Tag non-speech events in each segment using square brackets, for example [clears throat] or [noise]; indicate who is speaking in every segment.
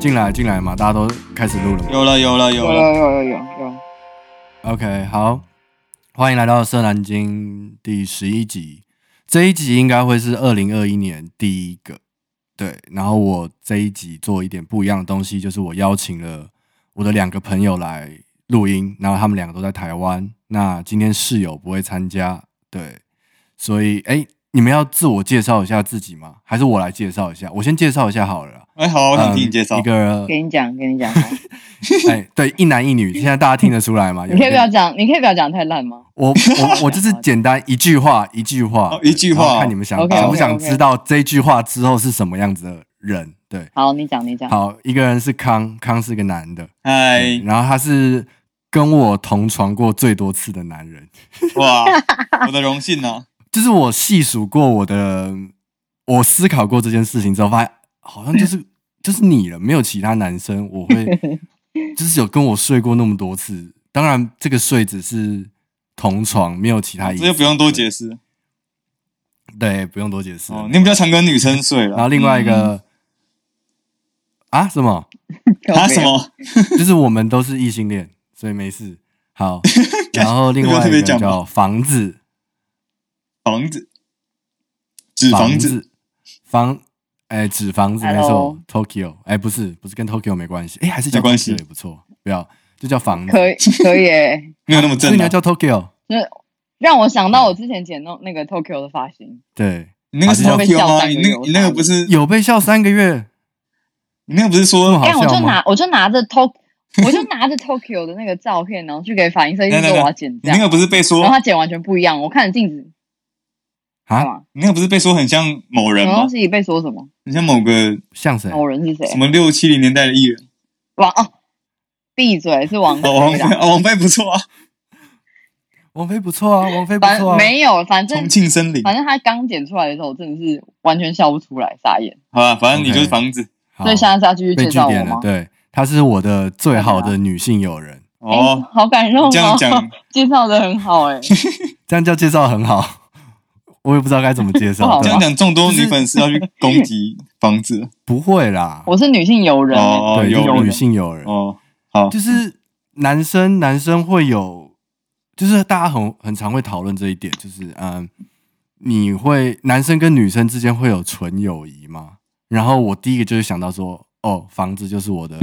Speaker 1: 进来进来嘛，大家都开始录了嘛。
Speaker 2: 有了有了有
Speaker 3: 有
Speaker 2: 了，
Speaker 3: 有有有有
Speaker 1: OK，好，欢迎来到《色南京》第十一集。这一集应该会是二零二一年第一个，对。然后我这一集做一点不一样的东西，就是我邀请了我的两个朋友来录音，然后他们两个都在台湾。那今天室友不会参加，对，所以哎，你们要自我介绍一下自己吗？还是我来介绍一下？我先介绍一下好了啦。
Speaker 2: 哎，好，我想听你介
Speaker 1: 嗯
Speaker 2: 绍
Speaker 1: 一。个
Speaker 3: 跟你讲，跟你讲，
Speaker 1: 哎，对，一男一女，现在大家听得出来吗？有
Speaker 3: 你可以
Speaker 1: 点
Speaker 3: 不要讲，你可以不要讲太烂吗？
Speaker 1: 我我我就是简单一句话一句话、
Speaker 2: 哦一句话
Speaker 1: 然后看你们想
Speaker 3: OK，OK，OK
Speaker 1: 想不想知道这句话之后是什么样子的人。对，
Speaker 3: 好，你讲，你讲。
Speaker 1: 好，一个人是康，康是个男的， [laughs]
Speaker 2: 嗨，
Speaker 1: 然后他是跟我同床过最多次的男人，
Speaker 2: 哇，我的荣幸啊呢。
Speaker 1: 就是我细数过我的，我思考过这件事情之后，发现好像就是 [laughs] 就是你了，没有其他男生我会就是有跟我睡过那么多次，当然这个睡只是同床，没有其他意思，
Speaker 2: 这就不用多解
Speaker 1: 释，
Speaker 2: 释
Speaker 1: 对，不用多解释。
Speaker 2: 哦。你比较常跟女生睡了
Speaker 1: 然后另外一个、啊什么，
Speaker 2: 啊什么？
Speaker 1: 就是我们都是异性恋，所以没事。
Speaker 2: [laughs]
Speaker 1: 好，然后另
Speaker 2: 这个
Speaker 1: 外
Speaker 2: 特
Speaker 1: 一
Speaker 2: 别
Speaker 1: 个
Speaker 2: 讲吧
Speaker 1: 叫房子，
Speaker 2: 房子，纸房子，
Speaker 1: 子，房，哎，纸房子没错
Speaker 3: Hello
Speaker 1: ，Tokyo，哎，不是，不是跟 Tokyo 没关系，哎，还是叫
Speaker 2: 没关系
Speaker 1: Tokyo 也不错，不要就叫房子，
Speaker 3: 可以可以耶，
Speaker 2: 没有那么
Speaker 1: 所以
Speaker 2: 正
Speaker 1: 你
Speaker 2: 啊
Speaker 1: 要。叫 Tokyo，
Speaker 3: 就是让我想到我之前剪弄那个 Tokyo 的发型，
Speaker 1: 对，
Speaker 2: 你那个是
Speaker 1: 好像
Speaker 2: Tokyo 吗？
Speaker 3: 被
Speaker 2: 你
Speaker 3: 笑
Speaker 2: 那个你那个不是
Speaker 1: 有被笑三个月，
Speaker 2: 你那个不是
Speaker 1: 这么
Speaker 2: 说
Speaker 1: 好
Speaker 3: 哎，我
Speaker 1: 笑
Speaker 3: 就
Speaker 1: 吗？
Speaker 3: 拿我就拿着 Tok 我就拿着 Tokyo 的那个照片，然后去给反应设计
Speaker 2: 来
Speaker 3: 师
Speaker 2: 来
Speaker 3: 说
Speaker 2: 来
Speaker 3: 我要剪
Speaker 2: 你
Speaker 3: 这
Speaker 2: 那
Speaker 3: 样，
Speaker 2: 个不是被
Speaker 3: 然后
Speaker 2: 说
Speaker 3: 他剪完全不一样，我看着镜子干
Speaker 1: 啊，
Speaker 3: 嘛？
Speaker 2: 你那个不是被说很像某人
Speaker 3: 什么
Speaker 2: 吗
Speaker 3: 东？西被说什么？
Speaker 2: 很像某个
Speaker 1: 像谁？
Speaker 3: 某人是谁？
Speaker 2: 什么六七零年代的艺人。
Speaker 3: 王哦，闭嘴，是王
Speaker 2: 哦，王
Speaker 3: 菲
Speaker 2: 菲，
Speaker 3: 啦。
Speaker 2: 哦王菲不错啊，
Speaker 1: 王菲不错啊，王菲不
Speaker 3: 反
Speaker 1: 错啊，
Speaker 3: 没有，反正
Speaker 2: 重庆森林。
Speaker 3: 反正他刚剪出来的时候，我真的是完全笑不出来，傻眼。
Speaker 2: 好吧，反正你就是
Speaker 1: OK
Speaker 2: 房子。
Speaker 1: 好
Speaker 3: 所以现在是要继续
Speaker 1: 被
Speaker 3: 介
Speaker 1: 据
Speaker 3: 绍我
Speaker 1: 点了
Speaker 3: 吗，？
Speaker 1: 对，她是我的最好的女性友人，
Speaker 3: 哦
Speaker 2: 哦，，
Speaker 3: 好感动哦！
Speaker 2: 这样讲
Speaker 3: [laughs] 介绍的很好
Speaker 2: [laughs]
Speaker 3: 哎、
Speaker 1: 这样叫介绍很好， [laughs] 我也不知道该怎么介
Speaker 3: 不
Speaker 1: 绍，
Speaker 3: 好
Speaker 2: 这
Speaker 1: 对
Speaker 2: 样
Speaker 1: 吧
Speaker 2: 讲，众多
Speaker 1: 就是
Speaker 2: 女粉丝要去攻击房
Speaker 3: [laughs]
Speaker 2: 子。
Speaker 1: 不会啦，
Speaker 3: 我是女性友人、欸，
Speaker 2: 哦，
Speaker 1: 对，
Speaker 2: 有
Speaker 1: 就
Speaker 2: 人
Speaker 1: 是女性友人，
Speaker 2: 哦，好，
Speaker 1: 就是男生男生会有，就是大家很很常会讨论这一点，就是嗯，你会男生跟女生之间会有纯友谊吗？然后我第一个就是想到说，哦，房子就是我
Speaker 2: [laughs]
Speaker 1: 的，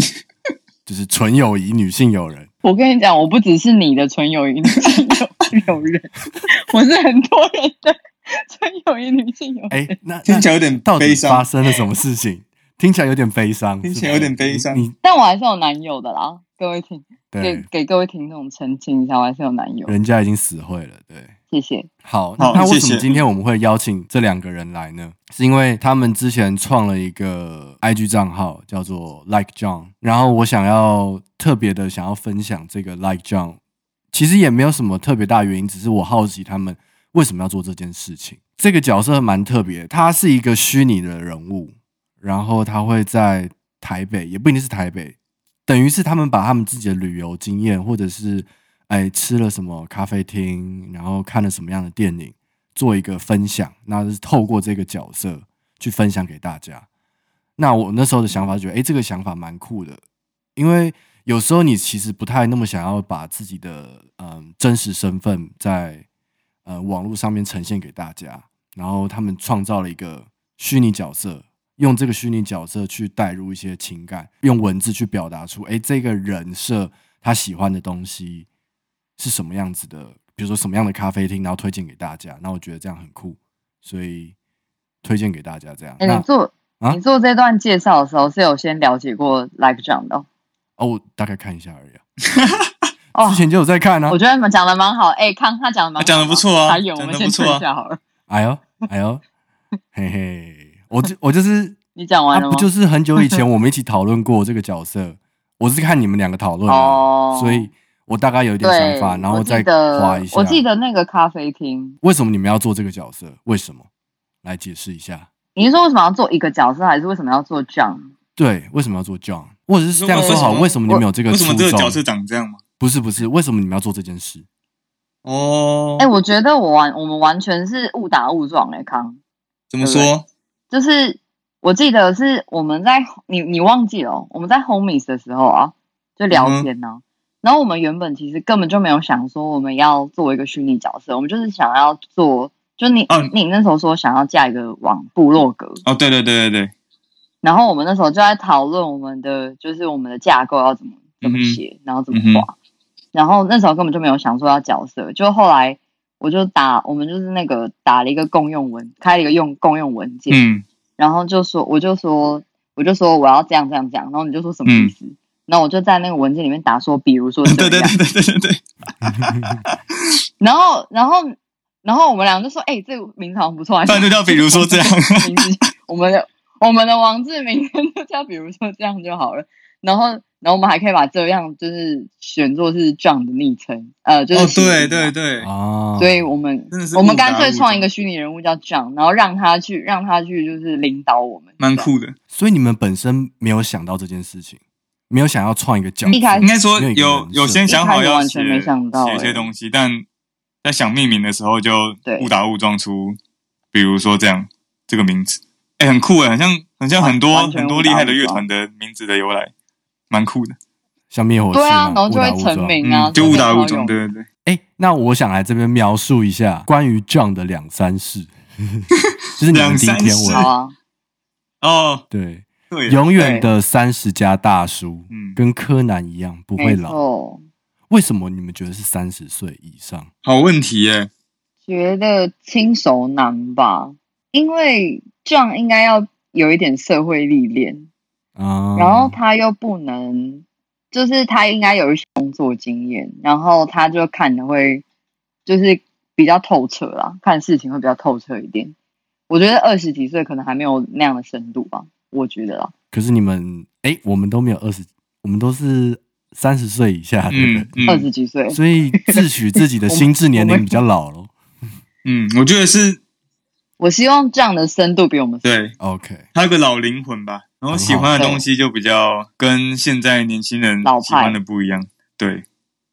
Speaker 1: 就是纯友谊女性友人，
Speaker 3: 我跟你讲，我不只是你的纯友谊女性友人，
Speaker 2: [laughs]
Speaker 3: 我是很多人的纯友谊女性友人。
Speaker 1: 哎，那
Speaker 2: 听
Speaker 1: 那
Speaker 2: 起来有点
Speaker 1: 到
Speaker 2: 悲
Speaker 1: 底
Speaker 2: 伤
Speaker 1: 发生了什么事情？听起来有点悲伤，
Speaker 2: 听
Speaker 1: 是
Speaker 2: 起来
Speaker 1: 吧
Speaker 2: 有点悲伤
Speaker 1: 你你
Speaker 3: 但我还是有男友的啦，各位听给
Speaker 1: 对，
Speaker 3: 给各位听众澄清一下，我还是有男友，
Speaker 1: 人家已经死会了，对。
Speaker 3: 谢谢。
Speaker 1: 好，
Speaker 2: 好
Speaker 1: 那为
Speaker 2: 谢
Speaker 1: 什
Speaker 2: 谢
Speaker 1: 么今天我们会邀请这两个人来呢？是因为他们之前创了一个 IG 账号，叫做 Like John，然后我想要特别的想要分享这个 Like John，其实也没有什么特别大原因，只是我好奇他们为什么要做这件事情。这个角色蛮特别，他是一个虚拟的人物，然后他会在台北，也不一定是台北，等于是他们把他们自己的旅游经验，或者是哎吃了什么咖啡厅，然后看了什么样的电影，做一个分享，那是透过这个角色去分享给大家。那我那时候的想法就觉得，哎，这个想法蛮酷的，因为有时候你其实不太那么想要把自己的嗯真实身份在呃网络上面呈现给大家，然后他们创造了一个虚拟角色，用这个虚拟角色去带入一些情感，用文字去表达出，哎，这个人设他喜欢的东西是什么样子的，比如说什么样的咖啡厅，然后推荐给大家。那我觉得这样很酷，所以推荐给大家这样。
Speaker 3: 哎、
Speaker 1: 那
Speaker 3: 你做、
Speaker 1: 啊
Speaker 3: 你做这段介绍的时候是有先了解过 Like 样的哦
Speaker 1: 哦，我大概看一下而已、啊。
Speaker 3: 哦
Speaker 1: 之前就有在看啊
Speaker 3: 我。觉得你们讲的蛮好，哎、康他讲的蛮好
Speaker 2: 他讲得不错啊
Speaker 3: 还有我
Speaker 2: 讲得
Speaker 3: 们先
Speaker 2: 不错
Speaker 3: 退
Speaker 2: 啊
Speaker 3: 一下好了。
Speaker 1: 哎
Speaker 3: [laughs]
Speaker 1: 呦，哎呦，嘿嘿，我就我就是，
Speaker 3: 你讲
Speaker 1: 啊
Speaker 3: [laughs] 完了，吗？
Speaker 1: 不就是很久以前我们一起讨论过这个角色？我是看你们两个讨论啊
Speaker 3: 哦
Speaker 1: 所以我大概有一点
Speaker 3: 对，
Speaker 1: 想法，然后
Speaker 3: 我记
Speaker 1: 再
Speaker 3: 得
Speaker 1: 划一下。
Speaker 3: 我记得那个咖啡厅，
Speaker 1: 为什么你们要做这个角色？为什么？来解释一下。
Speaker 3: 你是说为什么要做一个角色，还是为什么要做 John？
Speaker 1: 对，为什么要做 John？或者是这样
Speaker 2: 为
Speaker 1: 说好，
Speaker 2: 什么
Speaker 1: 为什么你们有这个
Speaker 2: 为
Speaker 1: 初
Speaker 2: 什
Speaker 1: 衷？
Speaker 2: 么这个角色长这样吗？
Speaker 1: 不是不是，为什么你们要做这件事？
Speaker 2: 哦
Speaker 3: 哎、，我觉欸得我完我们完全是误打误撞哎、康，
Speaker 2: 怎么
Speaker 3: 对
Speaker 2: 说？
Speaker 3: 就是我记得是我们在你你忘记了哦、我们在 homies 的时候啊，就
Speaker 1: 嗯
Speaker 3: 聊天呢、然后我们原本其实根本就没有想说我们要做一个虚拟角色，我们就是想要做，就你、
Speaker 2: 嗯
Speaker 3: 你那时候说想要架一个网部落格，
Speaker 2: 哦，对对对对对，
Speaker 3: 然后我们那时候就在讨论我们的就是我们的架构要怎么
Speaker 2: 嗯
Speaker 3: 怎么写，然后怎么画。然后那时候根本就没有想说要角色，就后来我就打我们就是那个打了一个共用文，开了一个用共用文件，
Speaker 2: 嗯
Speaker 3: 然后就说我就说我就说我要这样这样这样，然后你就说什么意思？然后我就在那个文件里面打说，比
Speaker 2: [laughs]
Speaker 3: 如说这样，
Speaker 2: 嗯对对对对对对对，
Speaker 3: 然后然后然后我们俩就说，哎、这个名字好像不错，还是
Speaker 2: 反正就叫比如说这样，
Speaker 3: 名字，我们的我们的王志明就叫，比如说这样就好了。然后，然后我们还可以把这样就是选作是 John 的昵称，呃，就是、
Speaker 2: 哦，对对。对，
Speaker 1: 啊，
Speaker 3: 所以我们
Speaker 2: 真的是
Speaker 3: 我们
Speaker 2: 误打
Speaker 3: 干脆
Speaker 2: 误
Speaker 3: 创一
Speaker 2: 撞
Speaker 3: 个虚拟人物叫 John，然后让他去让他去就是领导我们，
Speaker 2: 蛮酷的。
Speaker 1: 所以你们本身没有想到这件事情，没有想要创一个角色，
Speaker 3: 一开始
Speaker 2: 应该说
Speaker 1: 没有一个
Speaker 2: 有
Speaker 1: 人设
Speaker 2: 有先想好要写
Speaker 3: 一开始完全没想到
Speaker 2: 写一
Speaker 3: 欸
Speaker 2: 些东西，但在想命名的时候就
Speaker 3: 对
Speaker 2: 误打误撞出，比如说这样这个名字，哎、很酷哎，很像很像很多
Speaker 3: 完全
Speaker 2: 很多
Speaker 3: 误打
Speaker 2: 厉
Speaker 3: 误
Speaker 2: 害的乐团
Speaker 3: 撞
Speaker 2: 的名字的由来，蛮酷的。
Speaker 1: 像灭火器
Speaker 3: 对啊，
Speaker 1: 嘛
Speaker 3: 然
Speaker 1: 误
Speaker 3: 后就
Speaker 1: 打
Speaker 3: 会
Speaker 1: 误
Speaker 3: 成
Speaker 1: 撞
Speaker 3: 名啊，
Speaker 2: 嗯，就误打误
Speaker 3: 真
Speaker 2: 撞，
Speaker 3: 的超
Speaker 2: 对
Speaker 3: 有
Speaker 2: 对对。
Speaker 1: 哎，那我想来这边描述一下关于 John 的两三事， [laughs] 就是你们第一
Speaker 2: 两三
Speaker 1: 篇
Speaker 2: 事
Speaker 1: 文
Speaker 3: 好啊，
Speaker 2: 哦，
Speaker 1: 对，
Speaker 2: 对，
Speaker 1: 永远的三十加大叔，
Speaker 2: 嗯
Speaker 1: 跟柯南一样不会
Speaker 3: 没
Speaker 1: 老。
Speaker 3: 错，
Speaker 1: 为什么你们觉得是三十岁以上？
Speaker 2: 好问题耶，
Speaker 3: 觉得轻熟难吧，因为 John 应该要有一点社会历练，
Speaker 1: 啊、
Speaker 3: 然后他又不能，就是他应该有一些工作经验，然后他就看的会就是比较透彻啦，看事情会比较透彻一点。我觉得二十几岁可能还没有那样的深度吧，我觉得啦。
Speaker 1: 可是你们，哎，我们都没有二十，我们都是三十岁以下的
Speaker 2: 嗯
Speaker 1: 人，
Speaker 3: 二
Speaker 2: 嗯
Speaker 3: 十几岁，
Speaker 1: [laughs] 所以自诩自己的心智年龄比较老咯。
Speaker 2: 嗯，我觉得是
Speaker 3: 我希望这样的深度比我们
Speaker 2: 对，
Speaker 1: OK，
Speaker 2: 他有个老灵魂吧，然后喜欢的东西就比较跟现在年轻人
Speaker 3: 老派
Speaker 2: 喜欢的不一样，对，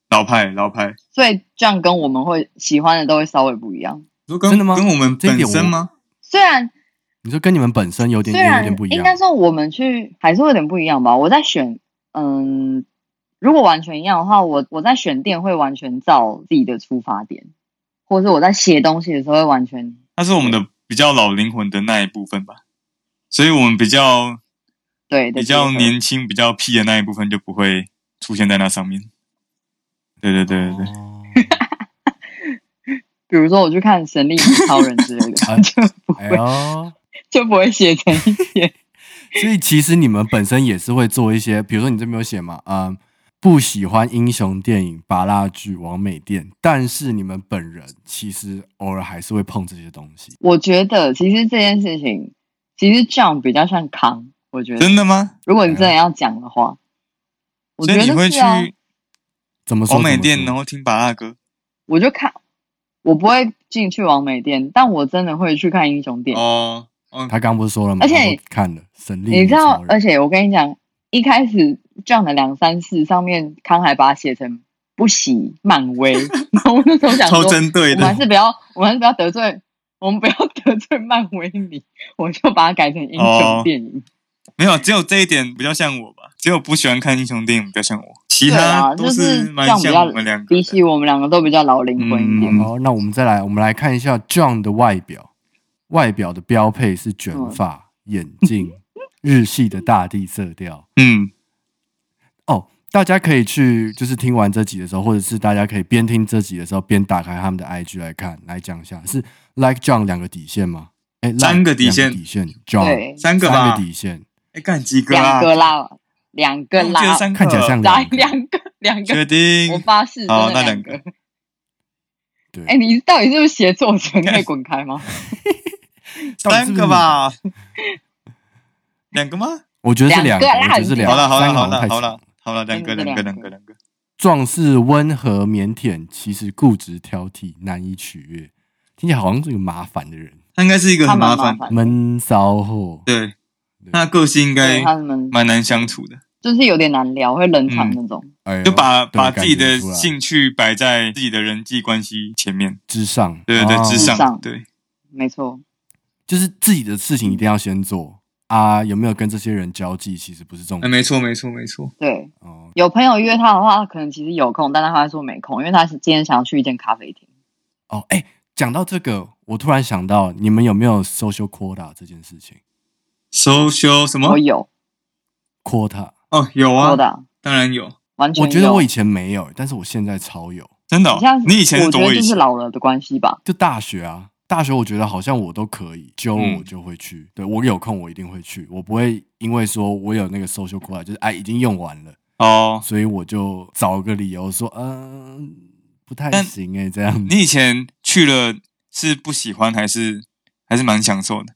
Speaker 2: 老派老派，
Speaker 3: 所以这样跟我们会喜欢的都会稍微不一样。
Speaker 2: 你说跟
Speaker 1: 真的吗
Speaker 2: 跟我们
Speaker 1: 这一
Speaker 2: 本
Speaker 1: 点我
Speaker 2: 身吗？
Speaker 3: 虽然
Speaker 1: 你说跟你们本身有点
Speaker 3: 虽
Speaker 1: 有
Speaker 3: 然
Speaker 1: 点不一
Speaker 3: 应
Speaker 1: 样
Speaker 3: 该说我们去还是会有点不一样吧。我在选，嗯，如果完全一样的话，我我在选店会完全照自己的出发点，或者是我在写东西的时候会完全
Speaker 2: 他是我们的比较老灵魂的那一部分吧，所以我们比较
Speaker 3: 对的
Speaker 2: 比较
Speaker 3: 结合
Speaker 2: 年轻、比较屁的那一部分就不会出现在那上面。对对对对对，
Speaker 1: 哦
Speaker 3: 比如说我去看《神力女超人》之类
Speaker 1: 啊
Speaker 3: 的，就不
Speaker 1: 哎
Speaker 3: 会、
Speaker 1: 呦，
Speaker 3: 就不会写成一 [laughs] 篇。
Speaker 1: 所以其实你们本身也是会做一些，比如说你这边有写嘛，嗯，不喜欢英雄电影、拔蜡剧、完美店，但是你们本人其实偶尔还是会碰这些东西。
Speaker 3: 我觉得其实这件事情，其实这样比较像康。我觉得
Speaker 2: 真的吗？
Speaker 1: 啊
Speaker 3: 如果你真的要讲的话，我
Speaker 2: 所
Speaker 3: 觉
Speaker 2: 以
Speaker 3: 得
Speaker 2: 你会去
Speaker 3: 是啊。
Speaker 1: 怎么说？
Speaker 2: 欧美
Speaker 1: 怎么
Speaker 2: 店，
Speaker 1: 说
Speaker 2: 然后听巴拉歌
Speaker 3: 我就看，我不会进去王美店，但我真的会去看英雄店。
Speaker 2: 哦哦，
Speaker 1: 他刚不是说了吗？
Speaker 3: 而且
Speaker 1: 他说看了《神力
Speaker 3: 你
Speaker 1: 女
Speaker 3: 知
Speaker 1: 超
Speaker 3: 道，呃
Speaker 1: 人
Speaker 3: 而》，且我跟你讲，一开始这样的两三四上面，康还把它写成不喜
Speaker 2: [laughs]
Speaker 3: 漫威，然后我那时候想说，
Speaker 2: 超针对
Speaker 3: 我们还
Speaker 2: 的，
Speaker 3: 是不要，我们还是不要得罪，我们不要 [laughs] 得罪漫威迷，我就把它改成英
Speaker 2: 哦
Speaker 3: 雄电影。
Speaker 2: 没有，只有这一点比较像我吧，只有不喜欢看英雄电影比较像我，其
Speaker 3: 对啊，
Speaker 2: 他
Speaker 3: 就
Speaker 2: 都
Speaker 3: 这
Speaker 2: 蛮
Speaker 3: 样比
Speaker 2: 像
Speaker 3: 较
Speaker 2: 我们两，个
Speaker 3: 比
Speaker 2: 的。
Speaker 3: 起我们两个都比较老灵魂一点。
Speaker 2: 嗯
Speaker 1: 好，那我们再来，我们来看一下 John 的外表。外表的标配是卷
Speaker 3: 嗯
Speaker 1: 发、眼镜、日系的大地色调。
Speaker 2: 嗯，
Speaker 1: 哦，大家可以去，就是听完这集的时候，或者是大家可以边听这集的时候边打开他们的 IG 来看，来讲一下是 Like John 两个底线吗？哎、like
Speaker 2: 三个底线
Speaker 1: 两底线 John
Speaker 3: 对，
Speaker 2: 三个
Speaker 1: 三
Speaker 2: 吧
Speaker 1: 个，底线，
Speaker 2: 哎，干几个
Speaker 3: 两
Speaker 2: 啊？
Speaker 3: 个啦，两个
Speaker 2: 我记得
Speaker 3: 啦，
Speaker 2: 三个，
Speaker 1: 看起来像
Speaker 3: 来
Speaker 1: 两
Speaker 3: [laughs]
Speaker 1: 个
Speaker 3: 两个两个
Speaker 2: 确定
Speaker 3: 我发誓，真
Speaker 2: 好
Speaker 3: 的
Speaker 2: 那
Speaker 3: 两
Speaker 2: 两
Speaker 3: 个。
Speaker 1: 对
Speaker 3: 哎、你到底是不是写作
Speaker 2: [laughs]
Speaker 3: 文可以滚开吗？
Speaker 2: 三个？吧？
Speaker 1: 啊
Speaker 2: [laughs] 两个吗？
Speaker 1: 我觉得是
Speaker 3: 两
Speaker 1: 两
Speaker 3: 个
Speaker 1: 个，
Speaker 3: 啦
Speaker 1: 我觉得是两
Speaker 2: 好
Speaker 1: 个。
Speaker 2: 了好了
Speaker 1: 三个
Speaker 2: 好
Speaker 1: 像
Speaker 2: 了
Speaker 1: 太强
Speaker 2: 好了好了，两个
Speaker 3: 两
Speaker 2: 两个
Speaker 3: 个
Speaker 2: 两个两个，
Speaker 1: 壮士温和腼腆，其实固执挑剔，难以取悦，听起来好像是个麻烦的人，
Speaker 2: 他应该是一个
Speaker 3: 他
Speaker 2: 很
Speaker 3: 蛮
Speaker 2: 麻
Speaker 3: 麻
Speaker 2: 烦，
Speaker 3: 烦的，
Speaker 1: 闷骚货。
Speaker 2: 对
Speaker 1: 对，
Speaker 2: 他个性应
Speaker 3: 对
Speaker 2: 该
Speaker 3: 他们
Speaker 2: 蛮嗯难相处的，
Speaker 3: 就是有点难聊，会冷场那种。
Speaker 1: 哎呦
Speaker 2: 就把
Speaker 1: 对
Speaker 2: 把
Speaker 1: 感
Speaker 2: 自己
Speaker 1: 觉
Speaker 2: 的
Speaker 1: 出来
Speaker 2: 兴趣摆在自己的人际关系前面，
Speaker 1: 之上，
Speaker 2: 对对
Speaker 1: 哦
Speaker 2: 对，之
Speaker 3: 上
Speaker 2: 对，
Speaker 3: 没错，
Speaker 1: 就是自己的事情一定要先做啊有没有跟这些人交际，其实不是重
Speaker 2: 哎，
Speaker 1: 点。
Speaker 2: 没错，没错，没错。
Speaker 3: 对，
Speaker 1: 哦，
Speaker 3: 有朋友约他的话，可能其实有空，但他会说没空，因为他是今天想要去一间咖啡厅。
Speaker 1: 哦，哎、讲到这个，我突然想到，你们有没有 social quota 这件事情
Speaker 2: social 什么
Speaker 3: 我？哦有，
Speaker 1: ？quota，
Speaker 2: 哦，有
Speaker 3: 我
Speaker 2: 啊，
Speaker 3: 的
Speaker 2: 当然有，
Speaker 3: 完全
Speaker 1: 我
Speaker 3: 有。
Speaker 1: 觉得我以前没有，但是我现在超有。
Speaker 2: 真的哦、
Speaker 3: 你像
Speaker 2: 你以前是
Speaker 3: 我觉
Speaker 2: 多
Speaker 3: 得
Speaker 2: 以
Speaker 3: 就是
Speaker 2: 前
Speaker 3: 老了的关系吧。
Speaker 1: 就大学啊，大学我觉得好像我都可以，揪
Speaker 2: 嗯
Speaker 1: 我就会去，对我有空我一定会去，我不会因为说我有那个 social quota，就是哎已经用完了，
Speaker 2: 哦。
Speaker 1: 所以我就找个理由说，嗯、不太
Speaker 2: 但
Speaker 1: 行哎、这样。
Speaker 2: 你以前去了是不喜欢还是还是蛮享受的？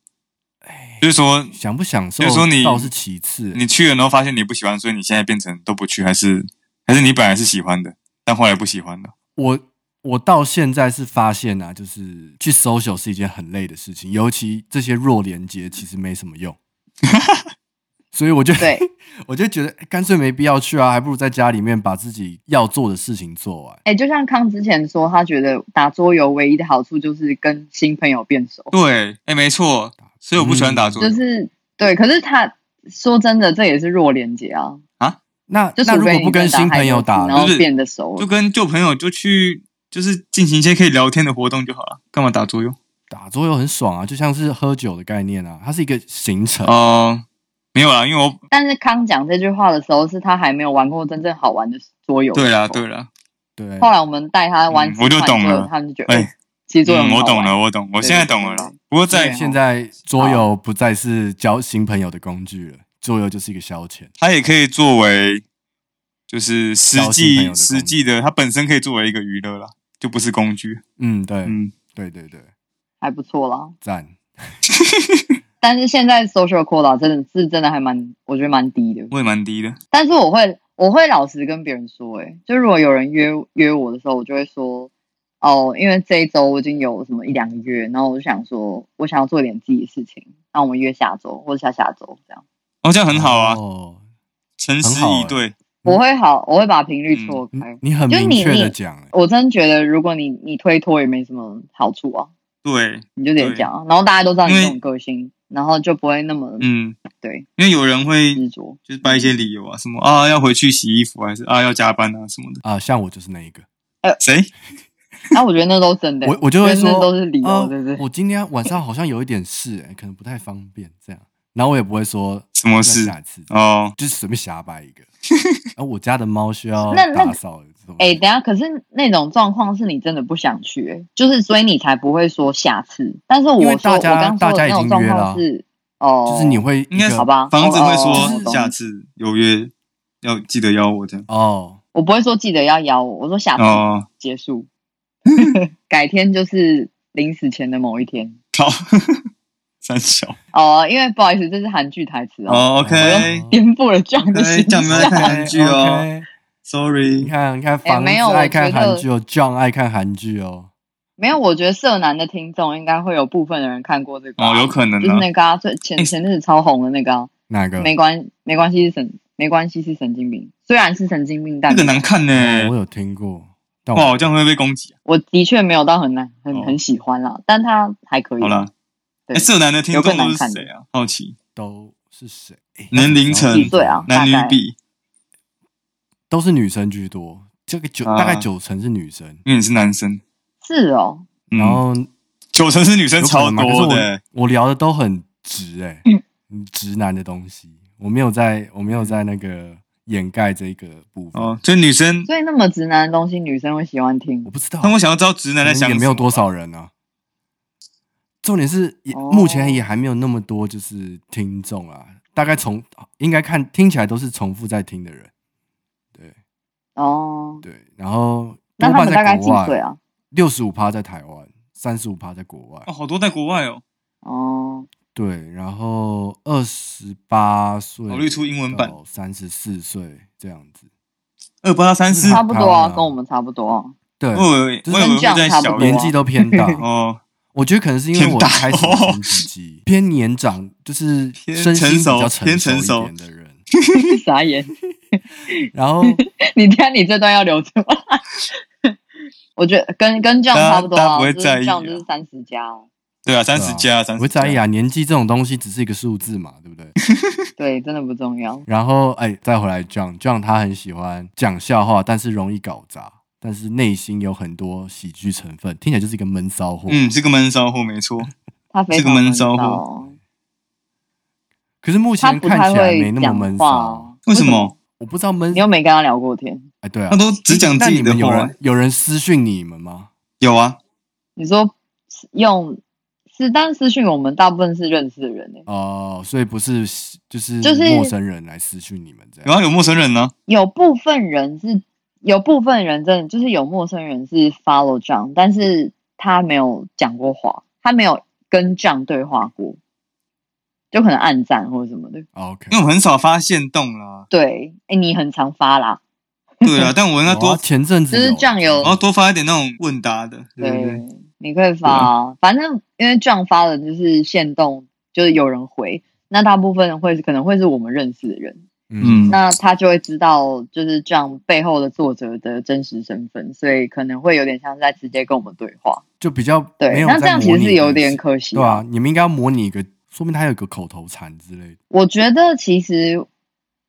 Speaker 1: 哎
Speaker 2: 就是说
Speaker 1: 想不享受
Speaker 2: 就是说你
Speaker 1: 倒是其次、欸
Speaker 2: 你去了然后发现你不喜欢，所以你现在变成都不去，还是还是你本来是喜欢的，但后来不喜欢了？
Speaker 1: 我我到现在是发现啊，就是去 social 是一件很累的事情，尤其这些弱连接其实没什么用，所以我就
Speaker 3: 对
Speaker 1: [laughs] 我就觉得哎干脆没必要去啊，还不如在家里面把自己要做的事情做完。
Speaker 3: 哎、就像康之前说，他觉得打桌游唯一的好处就是跟新朋友变熟，
Speaker 2: 对，哎，没错，所以我不喜欢打桌游。
Speaker 3: 就是对。可是他说真的，这也是弱连接啊，
Speaker 1: 那
Speaker 3: 就
Speaker 1: 那
Speaker 3: 除
Speaker 1: 如
Speaker 3: 非
Speaker 1: 果
Speaker 3: 你
Speaker 1: 不跟
Speaker 3: 真的
Speaker 1: 新朋友
Speaker 3: 打
Speaker 1: 打
Speaker 3: 太多
Speaker 1: 呢，
Speaker 2: 就
Speaker 3: 次，然后
Speaker 2: 是
Speaker 3: 变得熟
Speaker 2: 就
Speaker 3: 了。
Speaker 2: 跟旧朋友就去，就是进行一些可以聊天的活动就好了，干嘛打桌游？
Speaker 1: 打桌游很爽啊，就像是喝酒的概念啊，它是一个行程。
Speaker 2: 哦、没有啦，因为我
Speaker 3: 但是康讲这句话的时候，是他还没有玩过真正好玩的桌游。
Speaker 2: 对啊啦，。对啦，
Speaker 1: 对，
Speaker 3: 后来我们带他玩
Speaker 2: 嗯
Speaker 3: 几
Speaker 2: 我就
Speaker 3: 款
Speaker 2: 懂
Speaker 3: 桌游
Speaker 2: 了
Speaker 3: 他们就觉得，
Speaker 2: 哎
Speaker 3: 哎，其实桌游
Speaker 2: 嗯，
Speaker 3: 很
Speaker 2: 我
Speaker 3: 好
Speaker 2: 懂
Speaker 3: 玩
Speaker 2: 了，我懂，我
Speaker 3: 对
Speaker 2: 现在
Speaker 3: 对
Speaker 2: 懂
Speaker 3: 对
Speaker 2: 了啦
Speaker 3: 对。
Speaker 2: 不过
Speaker 1: 所以
Speaker 2: 啊在
Speaker 1: 现在桌游不再是交新朋友的工具了，桌游就是一个消遣。
Speaker 2: 它也可以作为，就是实
Speaker 1: 交新朋友
Speaker 2: 际
Speaker 1: 的
Speaker 2: 实际的，它本身可以作为一个娱乐啦，就不是工具。
Speaker 1: 嗯，对，
Speaker 2: 嗯，
Speaker 1: 对对对，
Speaker 3: 还不错啦。
Speaker 1: 赞。
Speaker 3: 但是现在 social quota 真的是真的还蛮，我觉得蛮低的。
Speaker 2: 我也蛮低的。
Speaker 3: 但是我会我会老实跟别人说、欸，就如果有人约约我的时候，我就会说，哦，因为这一周我已经有什么一两个月，然后我就想说，我想要做一点自己的事情，那我们约下周或者下下周这样。
Speaker 2: 哦，这样很好啊，
Speaker 1: 哦，
Speaker 2: 诚
Speaker 1: 很
Speaker 2: 实
Speaker 1: 好
Speaker 2: 以
Speaker 1: 欸
Speaker 2: 对。
Speaker 3: 我会好，我会把频
Speaker 2: 嗯
Speaker 3: 率错
Speaker 1: 你
Speaker 3: 开。
Speaker 1: 你很
Speaker 3: 嗯就是
Speaker 1: 明
Speaker 3: 你
Speaker 1: 确的
Speaker 3: 你
Speaker 1: 讲、欸，
Speaker 3: 我真的觉得，如果你你推脱也没什么好处啊，
Speaker 2: 对，
Speaker 3: 你就得
Speaker 2: 对
Speaker 3: 讲啊，然后大家都知道你
Speaker 2: 因为
Speaker 3: 这种个性，然后就不会那么
Speaker 2: 嗯，
Speaker 3: 对
Speaker 2: 因为有人会
Speaker 3: 执着。
Speaker 2: 就是掰一些理由啊，什么啊要回去洗衣服，还是啊要加班啊什么的。
Speaker 1: 啊、像我就是那一个，
Speaker 2: 谁？
Speaker 3: 那、我觉得那都是真的欸、
Speaker 1: 我我就会
Speaker 3: 觉得
Speaker 1: 说
Speaker 3: 那都是理由，
Speaker 1: 哦
Speaker 3: 对不对？
Speaker 1: 我今天晚上好像有一点事、欸，可能不太方便这样，然后我也不会说
Speaker 2: 什么
Speaker 1: 那
Speaker 2: 事
Speaker 1: 下次
Speaker 2: 哦，
Speaker 1: 就是随便瞎掰一个。然后我家的猫需要
Speaker 3: 那那
Speaker 1: 打扫，这种
Speaker 3: 哎、等一下，可是那种状况是你真的不想去、欸，就是所以你才不会说下次。但是我
Speaker 1: 因为
Speaker 3: 说
Speaker 1: 大
Speaker 3: 我
Speaker 1: 家
Speaker 3: 刚说
Speaker 1: 大
Speaker 3: 的
Speaker 1: 家
Speaker 3: 那
Speaker 1: 已
Speaker 3: 种
Speaker 1: 经
Speaker 3: 状
Speaker 1: 约了
Speaker 3: 况
Speaker 1: 啊
Speaker 3: 是哦，
Speaker 1: 就是你会
Speaker 2: 应该
Speaker 1: 一
Speaker 2: 是
Speaker 1: 个
Speaker 3: 好吧
Speaker 2: 房子会
Speaker 3: 哦
Speaker 1: 哦
Speaker 2: 说
Speaker 1: 哦
Speaker 2: 下次有约要记得邀我这样。
Speaker 1: 哦，
Speaker 3: 我不会说记得要邀我，我说下次
Speaker 2: 哦，
Speaker 3: 结
Speaker 1: [laughs]
Speaker 3: 束， [laughs] 改天就是临死前的某一天
Speaker 2: 靠，三小
Speaker 3: 哦，因为不好意思，这是韩剧台词哦，
Speaker 2: 哦，OK，
Speaker 1: 哦哎
Speaker 3: 颠覆了这样的
Speaker 2: OK，
Speaker 3: 形
Speaker 2: 这样没有在
Speaker 3: 象。
Speaker 2: 看韩剧哦
Speaker 1: OK，你
Speaker 2: ，Sorry，
Speaker 1: 看，你看，房子
Speaker 3: 哎没有我
Speaker 1: 爱看
Speaker 3: 觉
Speaker 1: 韩
Speaker 3: 得
Speaker 1: 剧哦，John 爱看韩剧哦。
Speaker 3: 没有，我觉得色男的听众应该会有部分的人看过这个啊、
Speaker 2: 哦，有可能
Speaker 3: 就是
Speaker 2: 啊，
Speaker 3: 那个啊，最前前阵子超红的那个啊、
Speaker 1: 哪个？
Speaker 3: 没关没关系是神没关系是神经病，虽然是神经病，但
Speaker 2: 那个难看呢。
Speaker 1: 哦我有听过，但
Speaker 2: 哇，
Speaker 1: 我
Speaker 2: 我这样会不会被攻击啊？
Speaker 3: 我的确没有到很难
Speaker 2: 哦
Speaker 3: 很很喜欢啦，但他还可以。
Speaker 2: 好啦，
Speaker 3: 对
Speaker 2: 哎，色男的听
Speaker 3: 有更
Speaker 2: 众都
Speaker 3: 难
Speaker 2: 是
Speaker 3: 看的
Speaker 2: 谁啊？好奇，
Speaker 1: 都是谁？哎诶
Speaker 2: 年龄层
Speaker 3: 几岁啊
Speaker 2: 男女
Speaker 3: 大概
Speaker 2: 比，
Speaker 1: 都是女生居多，这个九
Speaker 2: 啊
Speaker 1: 大概九成是女生，
Speaker 2: 因为你是男生，
Speaker 3: 是哦，
Speaker 1: 然
Speaker 2: 嗯，
Speaker 1: 后
Speaker 2: 九成是女生，
Speaker 1: 有可
Speaker 2: 超
Speaker 1: 能嘛可是
Speaker 2: 多的。
Speaker 1: 我我聊的都很直哎，
Speaker 3: 嗯
Speaker 1: 直男的东西，我没有在我没有在那个掩盖这个部分，
Speaker 2: 哦，就女生，
Speaker 3: 所以那么直男的东西女生会喜欢
Speaker 1: 我
Speaker 3: 听。
Speaker 1: 不知道
Speaker 2: 但我想要知道直男在
Speaker 1: 可能
Speaker 2: 想
Speaker 1: 也没
Speaker 2: 什
Speaker 1: 有
Speaker 2: 么
Speaker 1: 多少人啊。重点是也
Speaker 3: 哦
Speaker 1: 目前也还没有那么多就是听众啊，大概重应该看听起来都是重复在听的人，对
Speaker 3: 哦，
Speaker 1: 对，然后
Speaker 3: 那
Speaker 1: 多
Speaker 3: 他
Speaker 1: 半
Speaker 3: 们
Speaker 1: 在
Speaker 3: 大概
Speaker 1: 国
Speaker 3: 几
Speaker 1: 外
Speaker 3: 岁啊？
Speaker 1: 六十五趴在台湾，三十五趴在国外。
Speaker 2: 哦，好多在国外哦，
Speaker 3: 哦，
Speaker 1: 对，然后二十八岁，
Speaker 2: 考虑出英文版，
Speaker 1: 三十四岁这样子。
Speaker 2: 二八到三四，
Speaker 3: 差不多
Speaker 1: 他
Speaker 3: 啊，
Speaker 1: 们啊
Speaker 3: 跟我们差不多啊。 [laughs]
Speaker 1: 对，
Speaker 2: 哦我以为
Speaker 1: 就是
Speaker 2: 我以为会在
Speaker 3: 跟这样差
Speaker 2: 小
Speaker 3: 不多
Speaker 2: 一
Speaker 1: 年纪都偏大。
Speaker 2: 哦，
Speaker 1: 我觉得可能是因为我
Speaker 2: 偏
Speaker 1: 一
Speaker 2: 大
Speaker 1: 开始
Speaker 2: 哦
Speaker 1: 前几集偏年长，就是
Speaker 2: 偏
Speaker 1: 身心比较
Speaker 2: 成熟偏
Speaker 1: 成
Speaker 2: 成
Speaker 1: 熟
Speaker 2: 熟
Speaker 1: 一点的人。
Speaker 3: 傻眼，
Speaker 1: 然
Speaker 2: [laughs]
Speaker 1: 后
Speaker 3: 你这样你这段要留着吗？ [laughs] 我觉得跟跟这样差不多
Speaker 2: 大家大家
Speaker 3: 啊，
Speaker 2: 不会
Speaker 3: 就是
Speaker 2: 在意
Speaker 3: 这
Speaker 2: 啊
Speaker 3: 样就是三十加哦。
Speaker 2: 对啊，三十加，三
Speaker 1: 维
Speaker 2: 十
Speaker 1: 仔
Speaker 2: 加，
Speaker 1: 雅啊年纪这种东西只是一个数字嘛，对不对？
Speaker 3: 对，真的不重要。
Speaker 1: 然后哎，再回来 John，John 他很喜欢讲笑话，但是容易搞砸，但是内心有很多喜剧成分，听起来就是一个闷骚货。
Speaker 2: 嗯，是个闷骚货，没错。
Speaker 3: 他非
Speaker 2: 这个
Speaker 3: 常
Speaker 2: 闷骚
Speaker 3: 骚，
Speaker 1: 可是目
Speaker 3: 他
Speaker 1: 前
Speaker 3: 不
Speaker 1: 看
Speaker 3: 太
Speaker 1: 起来
Speaker 3: 会
Speaker 1: 没那么
Speaker 3: 讲
Speaker 1: 闷
Speaker 3: 话
Speaker 1: 骚，
Speaker 3: 哦。
Speaker 2: 为什么？啊
Speaker 1: 我不知道闷
Speaker 3: 你又没跟他聊过天？
Speaker 1: 哎，对啊
Speaker 2: 他，都只讲自己的
Speaker 1: 那你们有
Speaker 2: 话
Speaker 1: 人？有人私讯你们吗？
Speaker 2: 有啊，
Speaker 3: 你说用是，但私讯我们大部分是认识的人欸
Speaker 1: 哦、所以不是就是
Speaker 3: 就是
Speaker 1: 陌生人来私讯你们这
Speaker 2: 有
Speaker 1: 样。
Speaker 2: 啊，有陌生人呢。
Speaker 3: 有部分人是有部分人真的就是有陌生人是 follow John，但是他没有讲过话，他没有跟 John 对话过，就可能暗赞或者什么的。
Speaker 1: 哦 OK，
Speaker 2: 因为我很少发现动啦，
Speaker 3: 对，哎、你很常发啦，
Speaker 2: 对
Speaker 3: [laughs]
Speaker 2: 啊，但我应该
Speaker 1: 哇
Speaker 2: 多，
Speaker 1: 前阵子
Speaker 3: 就是酱油
Speaker 2: 我要多发一点那种问答的，对不对？
Speaker 3: 你可以发、啊，反正因为 John 发的就是限动，就是有人回，那大部分会是可能会是我们认识的人，
Speaker 1: 嗯
Speaker 2: 嗯，
Speaker 3: 那他就会知道就是 John 背后的作者的真实身份，所以可能会有点像是在直接跟我们对话。
Speaker 1: 就比较没
Speaker 3: 对，
Speaker 1: 有
Speaker 3: 那这
Speaker 1: 在
Speaker 3: 样其
Speaker 1: 模
Speaker 3: 实
Speaker 1: 拟
Speaker 3: 是有点
Speaker 1: 的
Speaker 3: 可惜、
Speaker 1: 对啊，你们应该要模拟一个，说明他有个口头禅之类的。
Speaker 3: 我觉得其实